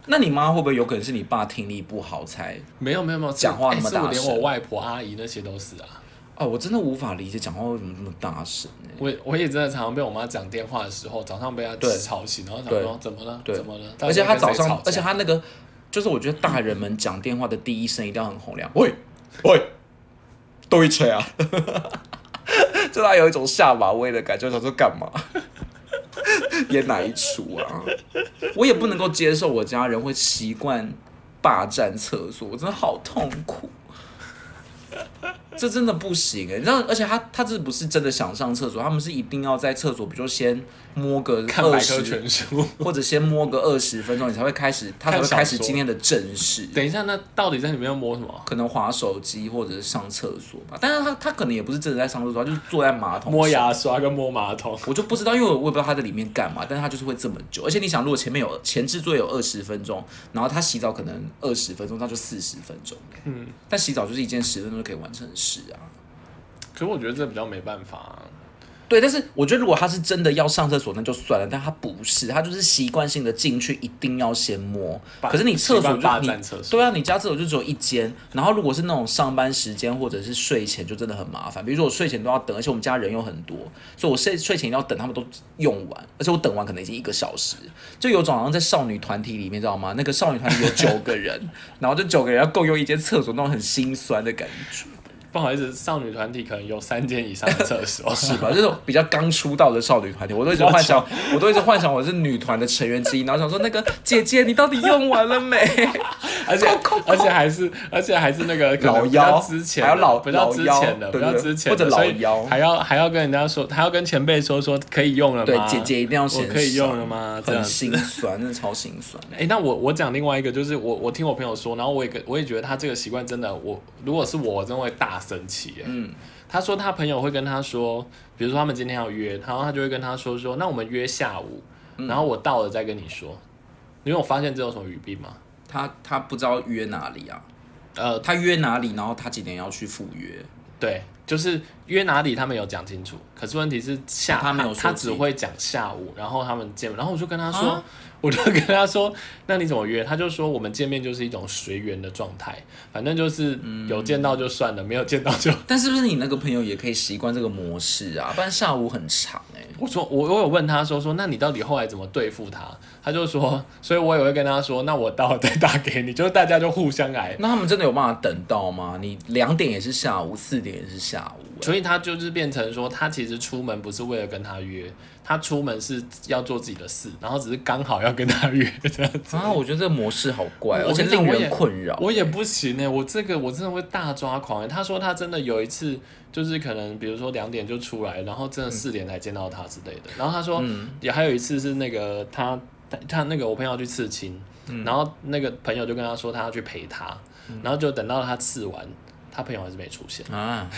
Speaker 2: 那你妈会不会有可能是你爸听力不好才？
Speaker 1: 没有没有没有，是
Speaker 2: 讲话
Speaker 1: 哎
Speaker 2: 那么
Speaker 1: 是我
Speaker 2: 大
Speaker 1: 连
Speaker 2: 声
Speaker 1: 我外婆阿姨那些都是啊，
Speaker 2: 哦，我真的无法理解讲话为什么这么大声、欸、
Speaker 1: 我我也真的常常被我妈讲电话的时候，早上被她
Speaker 2: 对
Speaker 1: 吵醒，然后想
Speaker 2: 对
Speaker 1: 说怎么了
Speaker 2: 对
Speaker 1: 怎么了，
Speaker 2: 而且他
Speaker 1: 她
Speaker 2: 早上，而且他那个，就是我觉得大人们讲电话的第一声一定要很洪亮，喂喂，都一吹啊， *laughs* 就他有一种下马威的感觉，想说干嘛？ *laughs* 演哪一出啊？我也不能够接受我家人会习惯霸占厕所，我真的好痛苦。这真的不行哎、欸，你知道，而且他他这不是真的想上厕所，他们是一定要在厕所，比如说先摸个
Speaker 1: 看
Speaker 2: 二
Speaker 1: 百科
Speaker 2: 十，
Speaker 1: 全书。
Speaker 2: *laughs* 或者先摸个二十分钟，你才会开始，他才
Speaker 1: 看
Speaker 2: 会
Speaker 1: 小
Speaker 2: 开始
Speaker 1: 说
Speaker 2: 今天的正事。
Speaker 1: 等一下，那到底在里面要摸什么？
Speaker 2: 可能划手机或者是上厕所吧，但是他他可能也不是真的在上厕所，他就是坐在马桶
Speaker 1: 摸
Speaker 2: 上
Speaker 1: 牙刷跟摸马桶。
Speaker 2: 我就不知道，因为我我也不知道他在里面干嘛，但是他就是会这么久。而且你想，如果前面有前置作业有二十分钟，然后他洗澡可能二十分钟，那就四十分钟。嗯，但洗澡就是一件十分钟就可以完成的事啊。
Speaker 1: 可是我觉得这比较没办法、啊。
Speaker 2: 对，但是我觉得如果他是真的要上厕所，那就算了。但他不是，他就是习惯性的进去，一定要先摸。
Speaker 1: 霸
Speaker 2: 可是你厕所
Speaker 1: 习惯霸
Speaker 2: 就你
Speaker 1: 占厕所
Speaker 2: 对啊，你家厕所就只有一间。然后如果是那种上班时间或者是睡前，就真的很麻烦。比如说我睡前都要等，而且我们家人又很多，所以我睡睡前要等他们都用完，而且我等完可能已经一个小时，就有种好像在少女团体里面，知道吗？那个少女团体有九个人， *laughs* 然后这九个人要共用一间厕所，那种很心酸的感觉。
Speaker 1: 不好意思，少女团体可能有三间以上的厕所。
Speaker 2: *laughs* 是吧？这种比较刚出道的少女团体，我都一直幻想，我都一直幻想我是女团的成员之一，然后想说那个姐姐，你到底用完了没？
Speaker 1: 而且
Speaker 2: 扣扣扣
Speaker 1: 而且还是而且还是那个可能
Speaker 2: 老
Speaker 1: 比较
Speaker 2: 妖
Speaker 1: 之前
Speaker 2: 还有
Speaker 1: 的
Speaker 2: 老
Speaker 1: 比较
Speaker 2: 老
Speaker 1: 之
Speaker 2: 妖
Speaker 1: 前的比
Speaker 2: 对
Speaker 1: 较
Speaker 2: 对
Speaker 1: 之前
Speaker 2: 或
Speaker 1: 的
Speaker 2: 者老
Speaker 1: 所以
Speaker 2: 妖
Speaker 1: 还要还要跟人家说，还要跟前辈说说可以用了
Speaker 2: 对
Speaker 1: 吗？，
Speaker 2: 姐姐一定要
Speaker 1: 我
Speaker 2: 先
Speaker 1: 可以
Speaker 2: 上
Speaker 1: 用了吗？这样
Speaker 2: 很
Speaker 1: 子
Speaker 2: 心酸，真的超心酸。
Speaker 1: 哎、那我我讲另外一个，就是我我听我朋友说，然后我也跟我也觉得他这个习惯真的，我如果是我，我真的会大生气。嗯，他说他朋友会跟他说，比如说他们今天要约，然后他就会跟他说说，那我们约下午，然后我到了再跟你说。你有发现这有什么语病吗？
Speaker 2: 他他不知道约哪里啊？
Speaker 1: 呃，
Speaker 2: 他约哪里？然后他几点要去赴约？
Speaker 1: 对，就是约哪里他们有讲清楚，可是问题是下
Speaker 2: 哦他没有说
Speaker 1: 他
Speaker 2: 自
Speaker 1: 只
Speaker 2: 己
Speaker 1: 会讲下午，然后他们见面，然后我就跟他说，
Speaker 2: 啊
Speaker 1: 我就跟他说，那你怎么约？他就说我们见面就是一种随缘的状态，反正就是
Speaker 2: 嗯
Speaker 1: 有见到就算了，没有见到就。
Speaker 2: 但是不是你那个朋友也可以习惯这个模式啊？不然下午很长哎、
Speaker 1: 我说我我有问他说说，那你到底后来怎么对付他？他就说，所以我也会跟他说，那我到了再打给你，就是大家就互相来。
Speaker 2: 那他们真的有办法等到吗？你两点也是下午，四点也是下午、欸。
Speaker 1: 所以他就是变成说，他其实出门不是为了跟他约，他出门是要做自己的事，然后只是刚好要跟他约这样子。
Speaker 2: 啊，我觉得这个模式好怪，哦
Speaker 1: 我
Speaker 2: 而且
Speaker 1: 跟你讲
Speaker 2: 令
Speaker 1: 我也
Speaker 2: 人困扰。
Speaker 1: 我也不行呢、欸我这个我真的会大抓狂、欸。他说他真的有一次，就是可能比如说两点就出来，然后真
Speaker 2: 嗯
Speaker 1: 的四点才见到他之类的。然后他说，也还有一次是那个他他他那个我朋友去刺青，
Speaker 2: 嗯
Speaker 1: 然后那个朋友就跟他说他要去陪他，然后就等到他刺完，他朋友还是没出现。
Speaker 2: 啊， *laughs*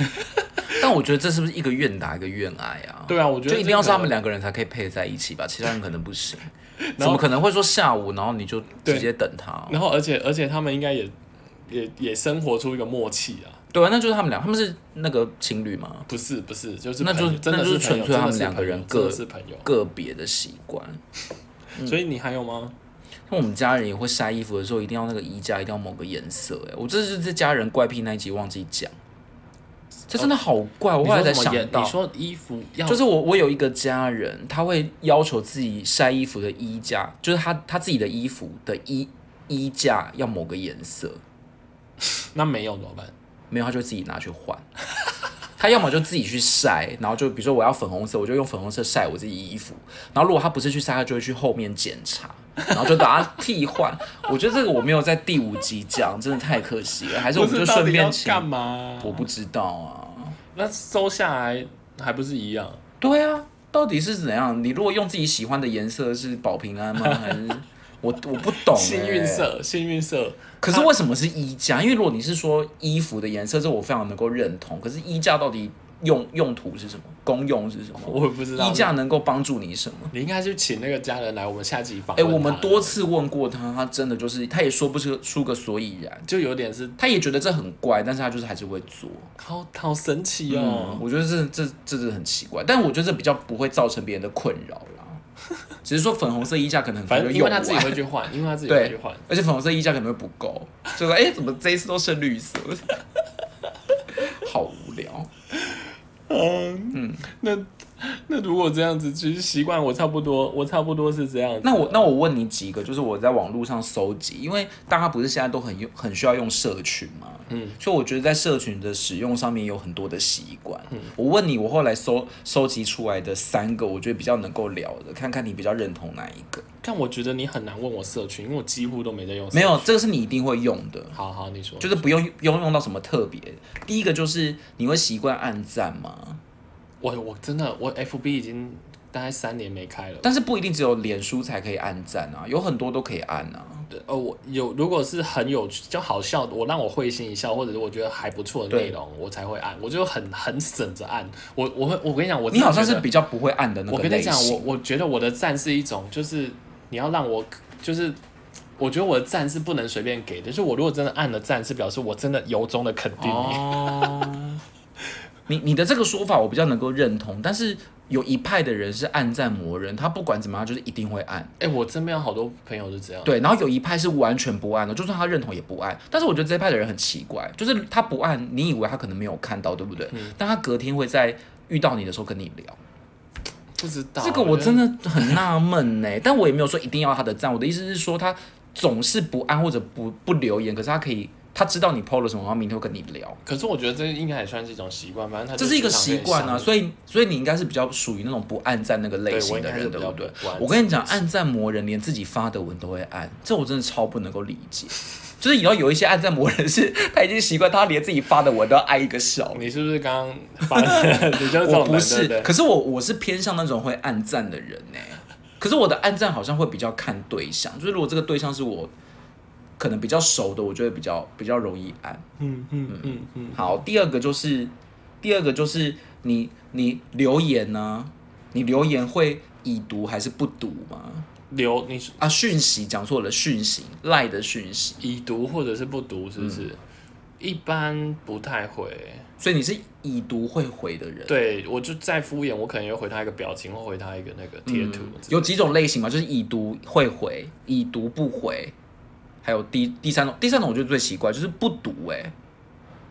Speaker 2: 但我觉得这是不是一个愿打一个愿挨啊？
Speaker 1: 对啊我觉得
Speaker 2: 就一定要是
Speaker 1: 这个
Speaker 2: 他们两个人才可以配在一起吧，其他人可能不
Speaker 1: *laughs*
Speaker 2: 行。
Speaker 1: 后
Speaker 2: 怎么可能会说下午，然后你就
Speaker 1: 对
Speaker 2: 直接等他哦、
Speaker 1: 然后而且而且他们应该也也也生活出一个默契啊。
Speaker 2: 对啊，那就是他们俩，他们是那个情侣嘛，
Speaker 1: 不是不是，就是
Speaker 2: 那
Speaker 1: 朋友
Speaker 2: 就
Speaker 1: 真的
Speaker 2: 那就是
Speaker 1: 朋
Speaker 2: 纯
Speaker 1: 友
Speaker 2: 粹
Speaker 1: 真
Speaker 2: 他
Speaker 1: 的
Speaker 2: 们
Speaker 1: 是
Speaker 2: 两个
Speaker 1: 朋友
Speaker 2: 人
Speaker 1: 真的
Speaker 2: 各嗯
Speaker 1: 是朋友。
Speaker 2: 个别的习惯。
Speaker 1: 所以你还有吗？
Speaker 2: 那我们家人也会晒衣服的时候，一定要那个衣架一定要某个颜色、欸。哎，我这是这家人怪癖那一集忘记讲，这真的好怪，我
Speaker 1: 你
Speaker 2: 后来
Speaker 1: 说
Speaker 2: 才
Speaker 1: 什
Speaker 2: 想
Speaker 1: 么颜？
Speaker 2: 到
Speaker 1: 你。说衣服要
Speaker 2: 就是我，我有一个家人，他会要求自己晒衣服的衣架，就是他他自己的衣服的衣衣架要某个颜色，
Speaker 1: 那没有怎么办？
Speaker 2: 没有他就自己拿去换。他要么就自己去晒，然后就比如说我要粉红色，我就用粉红色晒我自己衣服。然后如果他不是去晒，他就会去后面检查，然后就把它替换。我觉得这个我没有在第五集讲，真的太可惜了。还是我们
Speaker 1: 不
Speaker 2: 就是
Speaker 1: 到
Speaker 2: 顺
Speaker 1: 底
Speaker 2: 便
Speaker 1: 要
Speaker 2: 请，
Speaker 1: 干嘛？
Speaker 2: 我不知道啊。
Speaker 1: 那收下来还不是一样？
Speaker 2: 对啊，到底是怎样？你如果用自己喜欢的颜色是保
Speaker 1: *laughs*
Speaker 2: 平安吗？还是我我不懂、欸、
Speaker 1: 幸运。色，幸运色，
Speaker 2: 可是为什么是衣架？因为如果你是说衣服的颜色，这我非常能够认同。可是衣架到底用用途是什么？功用是什么？
Speaker 1: 我也不知道。
Speaker 2: 衣架能够帮助你什么？
Speaker 1: 你应该去请那个家人来，我们下集访
Speaker 2: 哎、
Speaker 1: 问他。
Speaker 2: 我们多次问过他，他真的就是他也说不出出个所以然，
Speaker 1: 就有点是
Speaker 2: 他也觉得这很怪，但是他就是还是会做。
Speaker 1: 好好神奇
Speaker 2: 嗯
Speaker 1: 哦，。
Speaker 2: 我觉得这这这是很奇怪，但我觉得这比较不会造成别人的困扰啦。只是说粉红色衣架可能很快
Speaker 1: 反
Speaker 2: 就
Speaker 1: 正因为
Speaker 2: 用
Speaker 1: 他自己
Speaker 2: 完
Speaker 1: 会去换，因为他自己会
Speaker 2: 对
Speaker 1: 去换。，
Speaker 2: 而且粉红色衣架可能会不够，就说哎、诶怎么这一次都剩绿色？ *laughs* 好无聊。
Speaker 1: 那那如果这样子，其实习惯我差不多，我差不多是这样子。
Speaker 2: 那我那我问你几个，就是我在网络上搜集，因为大家不是现在都很用很需要用社群嘛，嗯，所以我觉得在社群的使用上面有很多的习惯。
Speaker 1: 嗯
Speaker 2: 我问你，我后来搜搜集出来的三个，我觉得比较能够聊的，看看你比较认同哪一个。
Speaker 1: 但我觉得你很难问我社群，因为我几乎都没在用。
Speaker 2: 没，有，这个是你一定会用的，
Speaker 1: 好好你说，
Speaker 2: 就是不用不用用到什么特别。第一个就是你会习惯按赞吗？
Speaker 1: 我我真的我 FB 已经大概三年没开了。
Speaker 2: 但是不一定只有脸书才可以按赞啊，有很多都可以按啊。
Speaker 1: 呃，我有如果是很有趣就好笑的，我让我会心一笑，或者是我觉得还不错的内容，我才会按。我就很很省着按。我我会我跟你讲，我
Speaker 2: 你好像
Speaker 1: 真
Speaker 2: 是
Speaker 1: 的觉
Speaker 2: 比较不会按
Speaker 1: 得
Speaker 2: 的那
Speaker 1: 我
Speaker 2: 个
Speaker 1: 跟你
Speaker 2: 类
Speaker 1: 讲，我
Speaker 2: 型。
Speaker 1: 我觉得我的赞是一种，就是你要让我就是。我觉得我的赞是不能随便给的，就是我如果真的按了赞，是表示我真的由衷的肯定你。 *laughs*
Speaker 2: 哦，你你的这个说法我比较能够认同，但是有一派的人是按赞魔人，他不管怎么样就是一定会按。
Speaker 1: 哎、我身边有好多朋友是这样。
Speaker 2: 对，然后有一派是完全不按的，就算他认同也不按。但是我觉得这一派的人很奇怪，就是他不按，你以为他可能没有看到，对不对？但他隔天会在遇到你的时候跟你聊。
Speaker 1: 不知道哎
Speaker 2: 这个我真
Speaker 1: 的
Speaker 2: 的很纳闷呢，但我也没有说一定要他的赞，我的意思是说他总是不按或者不不留言，可是他可以，他知道你 PO 了什么，然后明天会跟你聊，
Speaker 1: 可是我觉得这应该也算是一种习惯，反正他
Speaker 2: 这
Speaker 1: 就是
Speaker 2: 一个
Speaker 1: 常
Speaker 2: 习
Speaker 1: 跟你
Speaker 2: 惯啊，
Speaker 1: 相
Speaker 2: 所以所以你应该是比较属于那种不按赞那个类型的人，
Speaker 1: 对
Speaker 2: 对
Speaker 1: 我应该
Speaker 2: 不对
Speaker 1: 是比较不按？赞
Speaker 2: 我跟你讲，按赞魔人连自己发的文都会按，这我真的超不能够理解。就是你要有一些按赞魔人是，他已经习惯，他连自己发的文都要按一个小
Speaker 1: 你是不是刚刚发
Speaker 2: *laughs*
Speaker 1: 现你嗯就是这
Speaker 2: 我
Speaker 1: 种
Speaker 2: 不
Speaker 1: 人
Speaker 2: 是，
Speaker 1: 对对
Speaker 2: 可是我我是偏向那种会暗赞的人呢、可是我的暗赞好像会比较看对象，就是如果这个对象是我可能比较熟的，我就会比较比较容易按。
Speaker 1: 嗯嗯嗯嗯，
Speaker 2: 好，第二个就是第二个就是你你留言呢、你留言会已读还是不读吗？
Speaker 1: 留你是
Speaker 2: 啊，讯息讲错了，讯息赖的讯息，
Speaker 1: 已读或者是不读，是不
Speaker 2: 嗯
Speaker 1: 是？一般不太会。
Speaker 2: 所以你是已读会回的人。
Speaker 1: 对我就再敷衍，我可能也会回他一个表情，或回他一个那个贴图。
Speaker 2: 嗯有几种类型嘛，就是已读会回，已读不回，还有第第三种，第三种我觉得最奇怪，就是不读哎、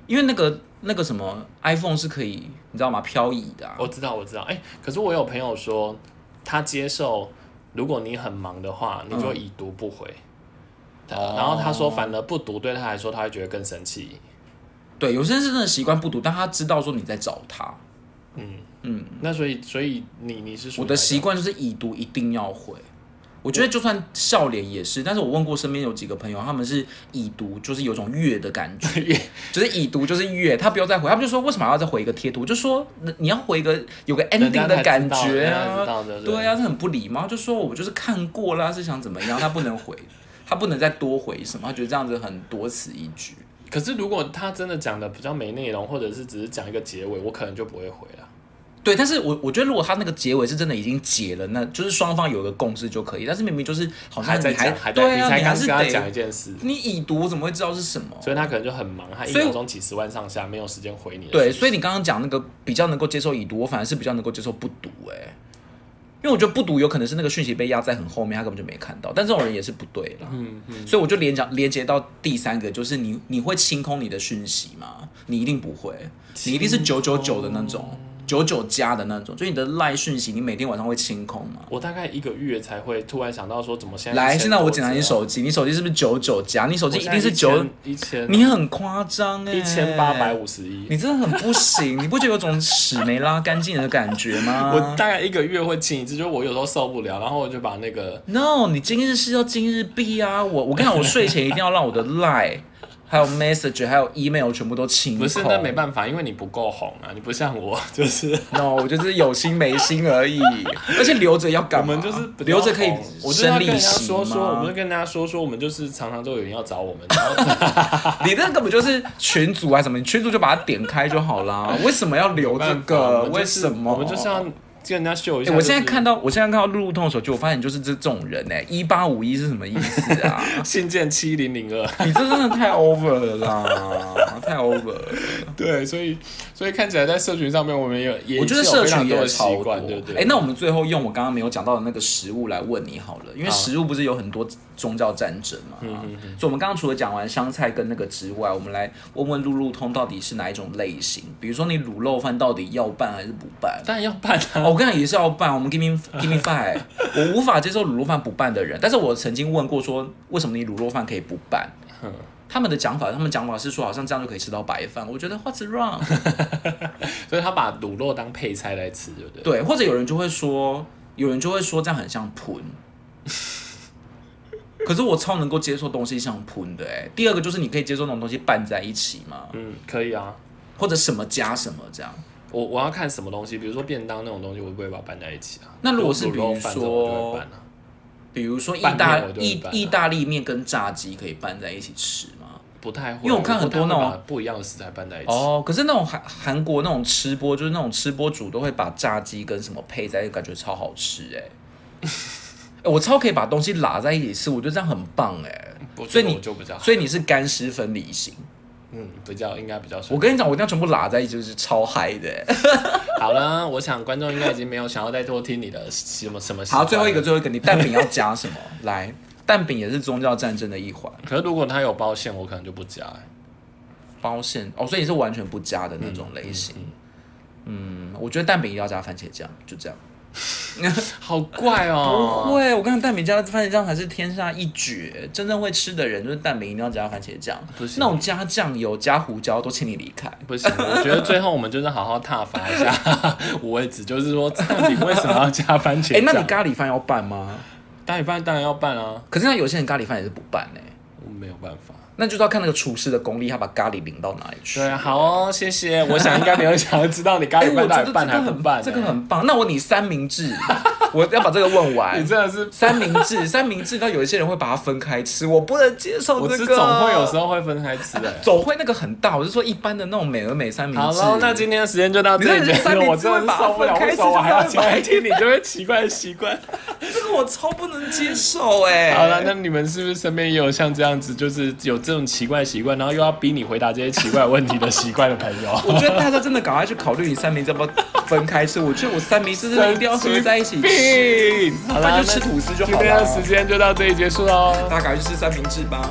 Speaker 2: 因为那个那个什么 iPhone 是可以，你知道吗？漂移的、啊，
Speaker 1: 我知道，我知道。哎、可是我有朋友说，他接受，如果你很忙的话，你就已读不回。他
Speaker 2: 嗯哦
Speaker 1: 然后他说，反而不读对他来说，他会觉得更生气。
Speaker 2: 对，有些人是真的习惯不读，但他知道说你在找他。
Speaker 1: 那所以，所以你你是属于
Speaker 2: 嗯我
Speaker 1: 哪
Speaker 2: 的
Speaker 1: 一
Speaker 2: 习
Speaker 1: 种
Speaker 2: 惯就是已读一定要回。我觉得就算笑脸也是，但是我问过身边有几个朋友，他们是已读，就是有种阅的
Speaker 1: *laughs*
Speaker 2: 感觉，就是已读就是阅，他不要再回，他们就说为什么要再回一个贴图？我就说你你要回一个有个
Speaker 1: 人家
Speaker 2: ending 的
Speaker 1: 才
Speaker 2: 感
Speaker 1: 知道
Speaker 2: 觉
Speaker 1: 人家才
Speaker 2: 啊
Speaker 1: 知，道对不对
Speaker 2: 对啊，这很不礼貌。就说我就是看过啦，是想怎么样？他不能回，他不能再多回什么，他觉得这样子很多此一举。
Speaker 1: 可是如果他真的讲的比较没内容，或者是只是讲一个结尾，我可能就不会回了。
Speaker 2: 对，但是我我觉得如果他那个结尾是真的已经解了，那就是双方有一个共识就可以。但是明明就是好像
Speaker 1: 还
Speaker 2: 哦你
Speaker 1: 在讲，
Speaker 2: 还
Speaker 1: 在，
Speaker 2: 对啊，
Speaker 1: 才
Speaker 2: 你还
Speaker 1: 刚
Speaker 2: 是
Speaker 1: 跟他讲一
Speaker 2: 得
Speaker 1: 件事，
Speaker 2: 你已读怎么会知道是什么？
Speaker 1: 所以他可能就很忙，他一
Speaker 2: 所以
Speaker 1: 秒钟几十万上下，没有时间回你的
Speaker 2: 对，
Speaker 1: 信息。
Speaker 2: 所以你刚刚讲那个比较能够接受已读，我反而是比较能够接受不读哎、因为我觉得不读有可能是那个讯息被压在很后面，他根本就没看到，但这种人也是不对啦。嗯嗯。所以我就连讲连接到第三个，就是你你会清空你的讯息吗？你一定不会，你一定是九九九的那种，九九加的那种，就你的赖讯息，你每天晚上会清空吗？
Speaker 1: 我大概一个月才会突然想到说，怎么现在
Speaker 2: 来，
Speaker 1: 一千
Speaker 2: 现在我
Speaker 1: 多
Speaker 2: 检查
Speaker 1: 只
Speaker 2: 你
Speaker 1: 啊，
Speaker 2: 手机，你手机是不是九九加？你手
Speaker 1: 我
Speaker 2: 机一
Speaker 1: 现
Speaker 2: 定
Speaker 1: 在
Speaker 2: 是九，
Speaker 1: 一千，
Speaker 2: 你很夸张哎，
Speaker 1: 一千八百，五十一。
Speaker 2: 你真的很不行， *laughs* 你不觉得有种屎没拉干净的感觉吗？
Speaker 1: 我大概一个月会清一次，就是我有时候受不了，然后我就把那个
Speaker 2: No，你今日事要今日毕啊！我我跟你讲，我睡前一定要让我的 Line、还有 Message、还有 Email 全部都清空。
Speaker 1: 不是那没办法，因为你不够红啊，你不像我，
Speaker 2: *laughs*
Speaker 1: 就是。
Speaker 2: No，我就是有心没心
Speaker 1: *laughs*
Speaker 2: 而已，而且留着要干
Speaker 1: 我
Speaker 2: 嘛？
Speaker 1: 们就是啊比较
Speaker 2: 留着可以
Speaker 1: 红我就是要
Speaker 2: 生
Speaker 1: 跟人
Speaker 2: 利
Speaker 1: 家
Speaker 2: 息
Speaker 1: 说说，我们
Speaker 2: 吗
Speaker 1: 就？跟大家说说，我们就是常常都有人要找我们，然后
Speaker 2: 你那根本就是群主啊什么，你群主就把它点开就好啦。为什么要留这
Speaker 1: 办法
Speaker 2: 个？
Speaker 1: 我们
Speaker 2: 为
Speaker 1: 就是
Speaker 2: 什么？
Speaker 1: 我们就是要跟人家秀一
Speaker 2: 欸
Speaker 1: 下。
Speaker 2: 我现在
Speaker 1: 就是
Speaker 2: 看到，我现在看到路路通的手机，我发现你就是这这种人哎、一八五一是什么意思啊？
Speaker 1: *laughs* 信件七零零二，
Speaker 2: *laughs* 你这真的太 over 了啦， *laughs* 太 over 了。
Speaker 1: 对，所以所以看起来在社群上面，我们有也
Speaker 2: 我觉得
Speaker 1: 是有
Speaker 2: 社
Speaker 1: 非常
Speaker 2: 群
Speaker 1: 多
Speaker 2: 也
Speaker 1: 的
Speaker 2: 超
Speaker 1: 习惯，对不对？
Speaker 2: 哎、那我们最后用我刚刚没有讲到的那个食物来问你好了，因为嗯
Speaker 1: 好
Speaker 2: 食物不是有很多宗教战争嘛。所以，我们刚刚除了讲完香菜跟那个之外，我们来问问路路通到底是哪一种类型？比如说，你卤肉饭到底要拌还是不
Speaker 1: *laughs*
Speaker 2: 拌？
Speaker 1: 当然要拌啊。
Speaker 2: *laughs*
Speaker 1: *laughs*
Speaker 2: 哦，我跟你讲也是要拌，我们 give me give me five，我无法接受卤肉饭不拌的人。但是我曾经问过说，为什么你卤肉饭可以不
Speaker 1: *laughs*
Speaker 2: 拌？他们的讲法，他们讲法是说好像这样就可以吃到白饭。我觉得 what's wrong？ *laughs*
Speaker 1: 所以他把卤肉当配菜来吃，对不对？
Speaker 2: 对，或者有人就会说，有人就会说这样很像
Speaker 1: *laughs*
Speaker 2: 喷。可是我超能够接受东西像喷的哎、第二个就是你可以接受那种东西拌在一起嘛，
Speaker 1: 嗯，可以啊。
Speaker 2: 或者什么加什么这样。
Speaker 1: 我我要看什么东西，比如说便当那种东西，我不会把它拌在一起啊。
Speaker 2: 那如果是比如
Speaker 1: 卤肉饭这种我就会拌啊，
Speaker 2: 比如说意
Speaker 1: 拌
Speaker 2: 大
Speaker 1: 面我就会
Speaker 2: 意
Speaker 1: 拌啊
Speaker 2: 意大利面跟炸鸡可以拌在一起吃吗？
Speaker 1: 不太会，
Speaker 2: 因为我看很多那种
Speaker 1: 我不太会把不一样的食材拌在一起。
Speaker 2: 哦，可是那种韩韩国那种吃播，就是那种吃播主都会把炸鸡跟什么配在一起，感觉超好吃哎、欸我超可以把东西拉在一起吃，我觉得这样很棒哎、
Speaker 1: 我
Speaker 2: 所
Speaker 1: 觉
Speaker 2: 以
Speaker 1: 得
Speaker 2: 你
Speaker 1: 我就比较好，
Speaker 2: 所以你是干湿分离型，
Speaker 1: 嗯，比较应该比较熟
Speaker 2: 我。跟你讲，我一定要全部拉在一起，就是超嗨的、欸。
Speaker 1: 好了，我想观众应该已经没有想要再多听你的什么什么。
Speaker 2: 好，最后一个，。最后一个，你蛋饼要加什么？来，蛋饼也是宗教战争的一环，
Speaker 1: 可是如果他有包馅，我可能就不加、欸。
Speaker 2: 包馅哦，所以你是完全不加的那种类型。嗯，我觉得蛋饼一定要加番茄酱，就这样。
Speaker 1: 好怪哦、
Speaker 2: 不会，我看蛋饼加番茄酱才是天下一绝。真正会吃的人，就是蛋饼一定要加番茄酱
Speaker 1: 不行，
Speaker 2: 那种加酱油、加胡椒都请你离开。
Speaker 1: 不行，我觉得最后我们就是好好挞伐一下 *laughs* 五味子，就是说到底为什么要加番茄
Speaker 2: 哎、
Speaker 1: 酱？
Speaker 2: 那你咖喱饭要拌吗？
Speaker 1: 大米饭当然要拌啊，
Speaker 2: 可是那有些人咖喱饭也是不拌哎、
Speaker 1: 我没有办法。
Speaker 2: 那就是要看那个厨师的功力，他把咖喱淋到哪里去。
Speaker 1: 对啊，好哦，谢谢。我想应该没有人想要知道你咖
Speaker 2: 哎、
Speaker 1: 喱
Speaker 2: 我
Speaker 1: 饭
Speaker 2: 觉
Speaker 1: 到
Speaker 2: 得
Speaker 1: 底
Speaker 2: 这
Speaker 1: 拌
Speaker 2: 个
Speaker 1: 还不
Speaker 2: 很
Speaker 1: 拌、欸
Speaker 2: 这个很棒。那我问你三明治， *laughs* 我要把这个问完
Speaker 1: 欸 *laughs* 你。真的是，
Speaker 2: 三明治，三明治，那有一些人会把它分开吃，我不能接受
Speaker 1: 我
Speaker 2: 这
Speaker 1: 吃
Speaker 2: 个。
Speaker 1: 总会有时候会分开吃的、
Speaker 2: 总会那个很大，我是说一般的那种美而美三
Speaker 1: *laughs*
Speaker 2: 明
Speaker 1: 好
Speaker 2: 治。
Speaker 1: 了，那今天的时间就到这里
Speaker 2: 哎你这
Speaker 1: 结 *laughs*
Speaker 2: 人三
Speaker 1: 束。
Speaker 2: 明
Speaker 1: 我
Speaker 2: 治
Speaker 1: 真的
Speaker 2: 会
Speaker 1: 是
Speaker 2: 把它
Speaker 1: 受不了，
Speaker 2: 分开
Speaker 1: 为什么我还要
Speaker 2: 吃
Speaker 1: 进
Speaker 2: 就
Speaker 1: 来
Speaker 2: 是
Speaker 1: 听你这边奇怪的习惯？
Speaker 2: 这个我超不能接受哎、
Speaker 1: 好了，那你们是不是身边也有像这样子，就是有这种奇怪的习惯，然后又要逼你回答这些奇怪问题的习惯的朋友？
Speaker 2: 我觉得大家真的赶快去考虑你三明治要不要分开吃。我觉得我三明治真的一定要合在一起
Speaker 1: *laughs*
Speaker 2: 吃，
Speaker 1: 病。好
Speaker 2: 不然
Speaker 1: 了，
Speaker 2: 就吃吐司
Speaker 1: 那
Speaker 2: 就
Speaker 1: 今
Speaker 2: 好
Speaker 1: 天的
Speaker 2: 了
Speaker 1: 时。间就到这里结束喽。
Speaker 2: 大家赶快去吃三明治吧。